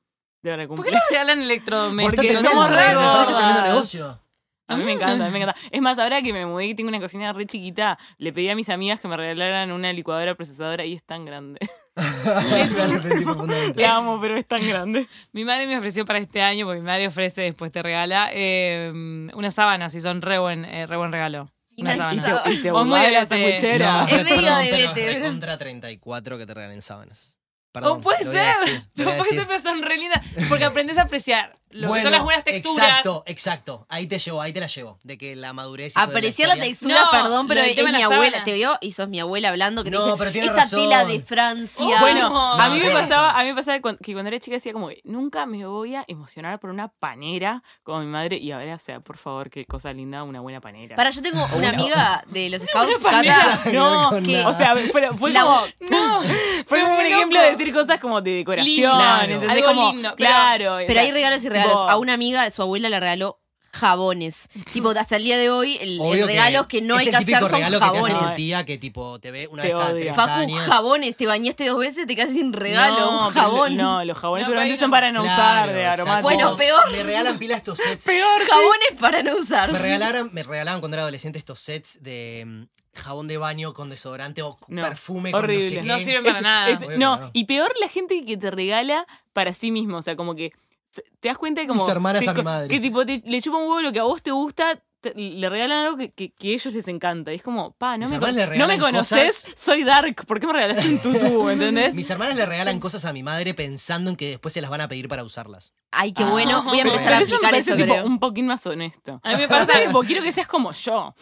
[SPEAKER 4] De hora de
[SPEAKER 2] ¿Por
[SPEAKER 4] cumple.
[SPEAKER 2] qué le regalan
[SPEAKER 3] Porque
[SPEAKER 4] Porque
[SPEAKER 2] electrodomésticos?
[SPEAKER 3] tremendo, me
[SPEAKER 4] somos re
[SPEAKER 3] parece tremendo
[SPEAKER 4] gordas.
[SPEAKER 3] negocio.
[SPEAKER 4] A mí me encanta, a mí me encanta. Es más, ahora que me mudé y tengo una cocina re chiquita, le pedí a mis amigas que me regalaran una licuadora procesadora y es tan grande.
[SPEAKER 3] Eso lo entendí profundamente.
[SPEAKER 4] La amo, pero es tan grande.
[SPEAKER 2] Mi madre me ofreció para este año, porque mi madre ofrece, después te regala, eh, unas sábanas y son re buen, eh, re buen regalo.
[SPEAKER 1] Y
[SPEAKER 2] Una
[SPEAKER 1] una
[SPEAKER 2] sábana.
[SPEAKER 1] sábana.
[SPEAKER 4] Y te
[SPEAKER 2] Vos muy
[SPEAKER 4] burlás de la
[SPEAKER 2] ojete.
[SPEAKER 4] sanguchera.
[SPEAKER 1] Es medio
[SPEAKER 3] perdón,
[SPEAKER 1] de
[SPEAKER 3] pero
[SPEAKER 1] vete,
[SPEAKER 3] de
[SPEAKER 1] ¿verdad?
[SPEAKER 3] contra 34 que te regalen sábanas.
[SPEAKER 2] No Oh, puede
[SPEAKER 3] lo voy a
[SPEAKER 2] ser,
[SPEAKER 3] decir, lo
[SPEAKER 2] no
[SPEAKER 3] voy
[SPEAKER 2] puede
[SPEAKER 3] a decir.
[SPEAKER 2] ser, pero son re lindas. Porque aprendes a apreciar lo que
[SPEAKER 3] Bueno,
[SPEAKER 2] son las buenas texturas.
[SPEAKER 3] Exacto, exacto. Ahí te llevo, ahí te la llevo. De que la madurez. y toda
[SPEAKER 1] Apreciar la
[SPEAKER 3] historia-
[SPEAKER 1] textura,
[SPEAKER 2] No,
[SPEAKER 1] perdón, pero
[SPEAKER 2] lo del
[SPEAKER 1] es,
[SPEAKER 2] tema de
[SPEAKER 1] mi
[SPEAKER 2] la
[SPEAKER 1] abuela.
[SPEAKER 2] sábana.
[SPEAKER 1] Te veo y sos mi abuela hablando que te
[SPEAKER 3] No,
[SPEAKER 1] dice,
[SPEAKER 3] pero tiene
[SPEAKER 1] esta
[SPEAKER 3] razón".
[SPEAKER 1] tela de Francia.
[SPEAKER 2] Oh,
[SPEAKER 4] Bueno,
[SPEAKER 2] No,
[SPEAKER 4] a mí me
[SPEAKER 3] tenés
[SPEAKER 4] pasaba,
[SPEAKER 3] razón.
[SPEAKER 4] a mí me pasaba cuan- que cuando era chica decía como, nunca me voy a emocionar por una panera como mi madre. Y ahora, o sea, por favor, qué cosa linda, una buena panera.
[SPEAKER 1] Para, yo tengo una amiga de los Scouts,
[SPEAKER 4] Una panera,
[SPEAKER 1] Cata,
[SPEAKER 4] no,
[SPEAKER 3] Con
[SPEAKER 4] que-
[SPEAKER 3] nada.
[SPEAKER 4] o sea, pero fue
[SPEAKER 1] La-
[SPEAKER 4] como,
[SPEAKER 2] No,
[SPEAKER 4] fue
[SPEAKER 2] pero
[SPEAKER 4] un
[SPEAKER 2] muy
[SPEAKER 4] ejemplo de
[SPEAKER 2] loco.
[SPEAKER 4] decir cosas como de decoración,
[SPEAKER 2] Lindo.
[SPEAKER 3] Claro.
[SPEAKER 4] ¿entendés?
[SPEAKER 2] Algo
[SPEAKER 4] Como,
[SPEAKER 2] lindo, pero-
[SPEAKER 4] claro. o
[SPEAKER 1] Pero
[SPEAKER 4] sea,
[SPEAKER 1] hay regalos y regalos.
[SPEAKER 4] tipo-
[SPEAKER 1] A una amiga, su abuela le regaló jabones. tipo, hasta el día de hoy, el, el
[SPEAKER 3] Obvio
[SPEAKER 1] regalo que, no
[SPEAKER 3] es
[SPEAKER 1] hay que
[SPEAKER 3] el típico
[SPEAKER 1] hacer son
[SPEAKER 3] regalo que te hace
[SPEAKER 1] jabones.
[SPEAKER 3] tu tía que tipo te ve una
[SPEAKER 4] Te
[SPEAKER 3] vez cada
[SPEAKER 4] odia.
[SPEAKER 3] tres
[SPEAKER 1] Facu,
[SPEAKER 3] años.
[SPEAKER 1] jabones, te bañaste dos veces, te quedas sin regalo, un
[SPEAKER 4] pero
[SPEAKER 1] jabón.
[SPEAKER 4] No, los jabones
[SPEAKER 2] No,
[SPEAKER 4] seguramente
[SPEAKER 2] pero-
[SPEAKER 4] son para no usar
[SPEAKER 3] Claro,
[SPEAKER 4] de
[SPEAKER 3] exacto.
[SPEAKER 4] aromáticos.
[SPEAKER 1] Bueno,
[SPEAKER 3] O
[SPEAKER 1] pero- peor.
[SPEAKER 3] Me regalan pilas estos sets.
[SPEAKER 4] peor.
[SPEAKER 1] Jabones para no usar.
[SPEAKER 3] Me regalaron, me regalaban cuando era adolescente estos sets de mm, jabón de baño con desodorante o
[SPEAKER 4] No,
[SPEAKER 3] perfume
[SPEAKER 4] horrible.
[SPEAKER 3] con no
[SPEAKER 2] No
[SPEAKER 3] sé qué.
[SPEAKER 2] sirven para
[SPEAKER 4] Es-
[SPEAKER 2] nada.
[SPEAKER 4] es-
[SPEAKER 3] Obvio que
[SPEAKER 4] no,
[SPEAKER 3] no.
[SPEAKER 4] y peor la gente que te regala para sí mismo. O sea, como que se- te das cuenta de como.
[SPEAKER 3] Mis hermanas
[SPEAKER 4] te-
[SPEAKER 3] a mi madre.
[SPEAKER 4] Que tipo, te- le chupa un huevo lo que a vos te gusta. te- le regalan algo que, que, que a ellos les encanta. Y es como, pa, no
[SPEAKER 3] Mis
[SPEAKER 4] me,
[SPEAKER 3] hermanas
[SPEAKER 4] con-
[SPEAKER 3] le
[SPEAKER 4] no me
[SPEAKER 3] regalan
[SPEAKER 4] conoces,
[SPEAKER 3] cosas-
[SPEAKER 4] soy dark. ¿Por qué me regalaste un tutú? ¿Entendés?
[SPEAKER 3] Mis hermanas le regalan cosas a mi madre pensando en que después se las van a pedir para usarlas.
[SPEAKER 1] Ay, qué bueno. Voy a
[SPEAKER 4] Pero-
[SPEAKER 1] empezar a
[SPEAKER 4] Ah, pero eso me
[SPEAKER 1] aplicar
[SPEAKER 4] parece
[SPEAKER 1] eso,
[SPEAKER 4] tipo,
[SPEAKER 1] creo.
[SPEAKER 4] un poquín más honesto.
[SPEAKER 2] A mí me pasa
[SPEAKER 4] tipo, quiero que seas como yo.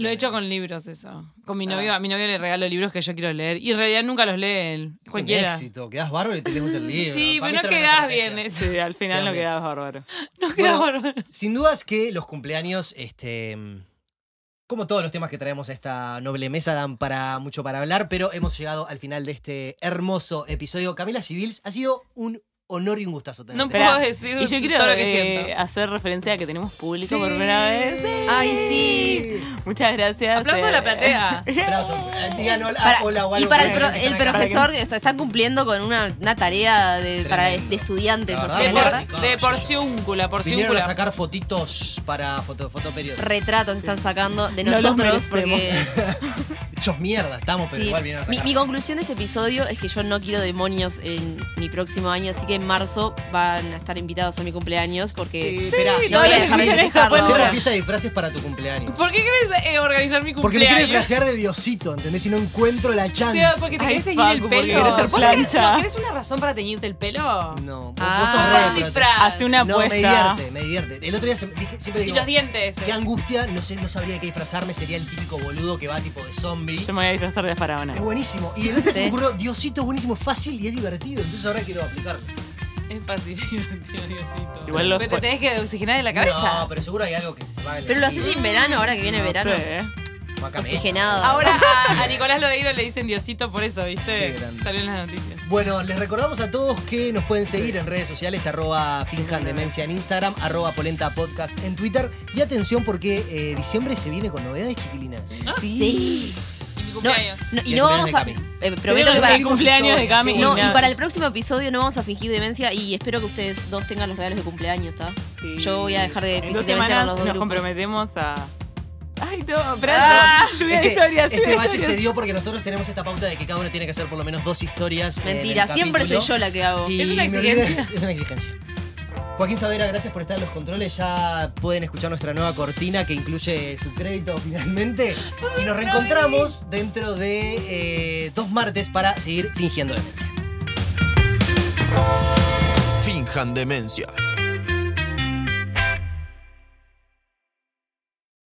[SPEAKER 2] Lo he hecho con libros eso. Con mi
[SPEAKER 4] Ah.
[SPEAKER 2] novio, a mi novio le regalo libros que yo quiero leer. Y en realidad nunca los lee él.
[SPEAKER 3] Es
[SPEAKER 2] Cualquiera.
[SPEAKER 3] Un éxito, quedás bárbaro y te leemos el libro.
[SPEAKER 2] Sí, pero
[SPEAKER 3] Para mí
[SPEAKER 2] no
[SPEAKER 3] esto era una
[SPEAKER 2] quedás
[SPEAKER 3] estrategia.
[SPEAKER 2] bien. eh.
[SPEAKER 4] Sí, al final no
[SPEAKER 3] También.
[SPEAKER 4] quedabas bárbaro.
[SPEAKER 2] No quedás
[SPEAKER 3] Bueno,
[SPEAKER 2] bárbaro.
[SPEAKER 3] Sin dudas que los cumpleaños, este. Como todos los temas que traemos a esta noble mesa, dan para mucho para hablar, pero hemos llegado al final de este hermoso episodio. Camila Civils, ha sido un honor y un gustazo tenerte.
[SPEAKER 2] No
[SPEAKER 4] Esperá,
[SPEAKER 2] puedo decir
[SPEAKER 4] Y yo quiero
[SPEAKER 2] todo lo que
[SPEAKER 4] eh,
[SPEAKER 2] siento.
[SPEAKER 4] hacer referencia a que tenemos público
[SPEAKER 3] Sí.
[SPEAKER 4] por primera vez.
[SPEAKER 1] Ay, sí.
[SPEAKER 4] Muchas gracias. eh.
[SPEAKER 2] Aplauso a la platea.
[SPEAKER 3] Aplauso. Eh, digan hola,
[SPEAKER 1] Para-
[SPEAKER 3] hola o
[SPEAKER 1] y
[SPEAKER 3] algo
[SPEAKER 1] para el,
[SPEAKER 3] que-
[SPEAKER 1] pro-
[SPEAKER 3] que
[SPEAKER 1] el
[SPEAKER 3] traigan.
[SPEAKER 1] profesor que está- está cumpliendo con una, una tarea de, para de
[SPEAKER 3] Tremendo.
[SPEAKER 1] estudiantes,
[SPEAKER 3] La
[SPEAKER 1] o sea,
[SPEAKER 3] verdad,
[SPEAKER 2] De,
[SPEAKER 1] la
[SPEAKER 3] por-
[SPEAKER 1] verdad,
[SPEAKER 2] por, de porciúncula,
[SPEAKER 3] Vinieron a
[SPEAKER 2] porciúncula.
[SPEAKER 3] sacar fotitos para foto, fotoperiódico.
[SPEAKER 1] retratos están sacando de
[SPEAKER 4] No los
[SPEAKER 1] nosotros porque
[SPEAKER 4] merecemos.
[SPEAKER 3] Hechos mierda estamos, pero
[SPEAKER 1] Sí.
[SPEAKER 3] igual vinieron a
[SPEAKER 1] Mi,
[SPEAKER 3] sacar.
[SPEAKER 1] mi conclusión de este episodio es que yo no quiero demonios en mi próximo año, así que en marzo van a estar invitados a mi cumpleaños
[SPEAKER 3] Sí,
[SPEAKER 1] porque
[SPEAKER 3] espera,
[SPEAKER 1] no voy a dejar de
[SPEAKER 4] escuchan esto,
[SPEAKER 1] festejarlo.
[SPEAKER 4] pueden
[SPEAKER 3] Hacemos
[SPEAKER 4] ahora.
[SPEAKER 3] fiesta de disfraces para tu cumpleaños.
[SPEAKER 2] ¿Por qué querés eh, organizar mi cumpleaños?
[SPEAKER 3] Porque me quiero disfracear de Diosito, ¿entendés? Y no encuentro la chance.
[SPEAKER 2] Tío, porque te
[SPEAKER 4] Ay,
[SPEAKER 2] querés teñir el
[SPEAKER 4] Facu, porque
[SPEAKER 2] pelo.
[SPEAKER 4] querés ser
[SPEAKER 2] ¿Vos querés-
[SPEAKER 4] plancha.
[SPEAKER 2] no, ¿Querés una razón para teñirte el pelo?
[SPEAKER 3] No, vos, vos sos
[SPEAKER 1] Ah.
[SPEAKER 3] re
[SPEAKER 2] Con
[SPEAKER 3] retro.
[SPEAKER 2] disfraz.
[SPEAKER 4] Hace una
[SPEAKER 3] No, me
[SPEAKER 4] apuesta.
[SPEAKER 3] divierte, me divierte. El otro día se- dije- siempre
[SPEAKER 2] Y
[SPEAKER 3] digo,
[SPEAKER 2] los dientes.
[SPEAKER 3] qué angustia, no sé, no sabría de qué disfrazarme, sería el típico boludo que va tipo de zombie.
[SPEAKER 4] Yo me voy a disfrazar de faraona.
[SPEAKER 3] Es buenísimo. Y el otro día se me
[SPEAKER 1] Sí.
[SPEAKER 3] ocurrió, Diosito es buenísimo, es fácil y es divertido. Entonces ahora quiero aplicarlo.
[SPEAKER 2] Es fácil, tío, Diosito.
[SPEAKER 4] Igual los
[SPEAKER 2] Pero
[SPEAKER 4] po-
[SPEAKER 2] te tenés que oxigenar de la cabeza.
[SPEAKER 3] No, pero seguro hay algo que se va a
[SPEAKER 1] Pero lo haces en verano, ahora que viene
[SPEAKER 4] No
[SPEAKER 1] verano.
[SPEAKER 4] sé, ¿eh?
[SPEAKER 3] Maca, me
[SPEAKER 1] Oxigenado.
[SPEAKER 3] echa.
[SPEAKER 2] Ahora a, a Nicolás Lodeiro le dicen Diosito por eso, ¿viste?
[SPEAKER 3] Qué grande.
[SPEAKER 2] Salió en las noticias.
[SPEAKER 3] Bueno, les recordamos a todos que nos pueden seguir en redes sociales, arroba finjandemencia en Instagram, arroba polenta podcast en Twitter. Y atención porque eh, diciembre se viene con novedades chiquilinas.
[SPEAKER 1] Sí.
[SPEAKER 2] Y mi cumpleaños.
[SPEAKER 1] No, y
[SPEAKER 3] El
[SPEAKER 1] no
[SPEAKER 3] cumpleaños
[SPEAKER 1] vamos a.
[SPEAKER 3] de Cami.
[SPEAKER 1] eh, prometo que
[SPEAKER 4] el
[SPEAKER 1] para.
[SPEAKER 3] Sí,
[SPEAKER 4] cumpleaños de Cami.
[SPEAKER 1] No, y
[SPEAKER 4] nada.
[SPEAKER 1] para el próximo episodio no vamos a fingir demencia y espero que ustedes dos tengan los regalos de cumpleaños, ¿está?
[SPEAKER 4] Sí.
[SPEAKER 1] Yo voy a dejar de
[SPEAKER 4] En dos
[SPEAKER 1] de vencer a
[SPEAKER 4] semanas
[SPEAKER 1] los
[SPEAKER 4] nos
[SPEAKER 1] dos grupos.
[SPEAKER 4] comprometemos a. Ay, no, pero
[SPEAKER 1] Ah.
[SPEAKER 4] lluvia
[SPEAKER 3] Este,
[SPEAKER 4] de historias, lluvia
[SPEAKER 3] este
[SPEAKER 4] de
[SPEAKER 3] bache se
[SPEAKER 4] historias.
[SPEAKER 3] dio porque nosotros tenemos esta pauta de que cada uno tiene que hacer por lo menos dos historias. en el
[SPEAKER 1] Mentira, siempre soy
[SPEAKER 3] capítulo.
[SPEAKER 1] yo la que hago.
[SPEAKER 3] Y
[SPEAKER 2] Es una
[SPEAKER 3] me olvidé-
[SPEAKER 2] exigencia.
[SPEAKER 3] es una exigencia. Joaquín Savera, gracias por estar en los controles. Ya pueden escuchar nuestra nueva cortina que incluye su crédito finalmente. Y nos reencontramos dentro de eh, dos martes para seguir fingiendo demencia.
[SPEAKER 5] Finjan demencia.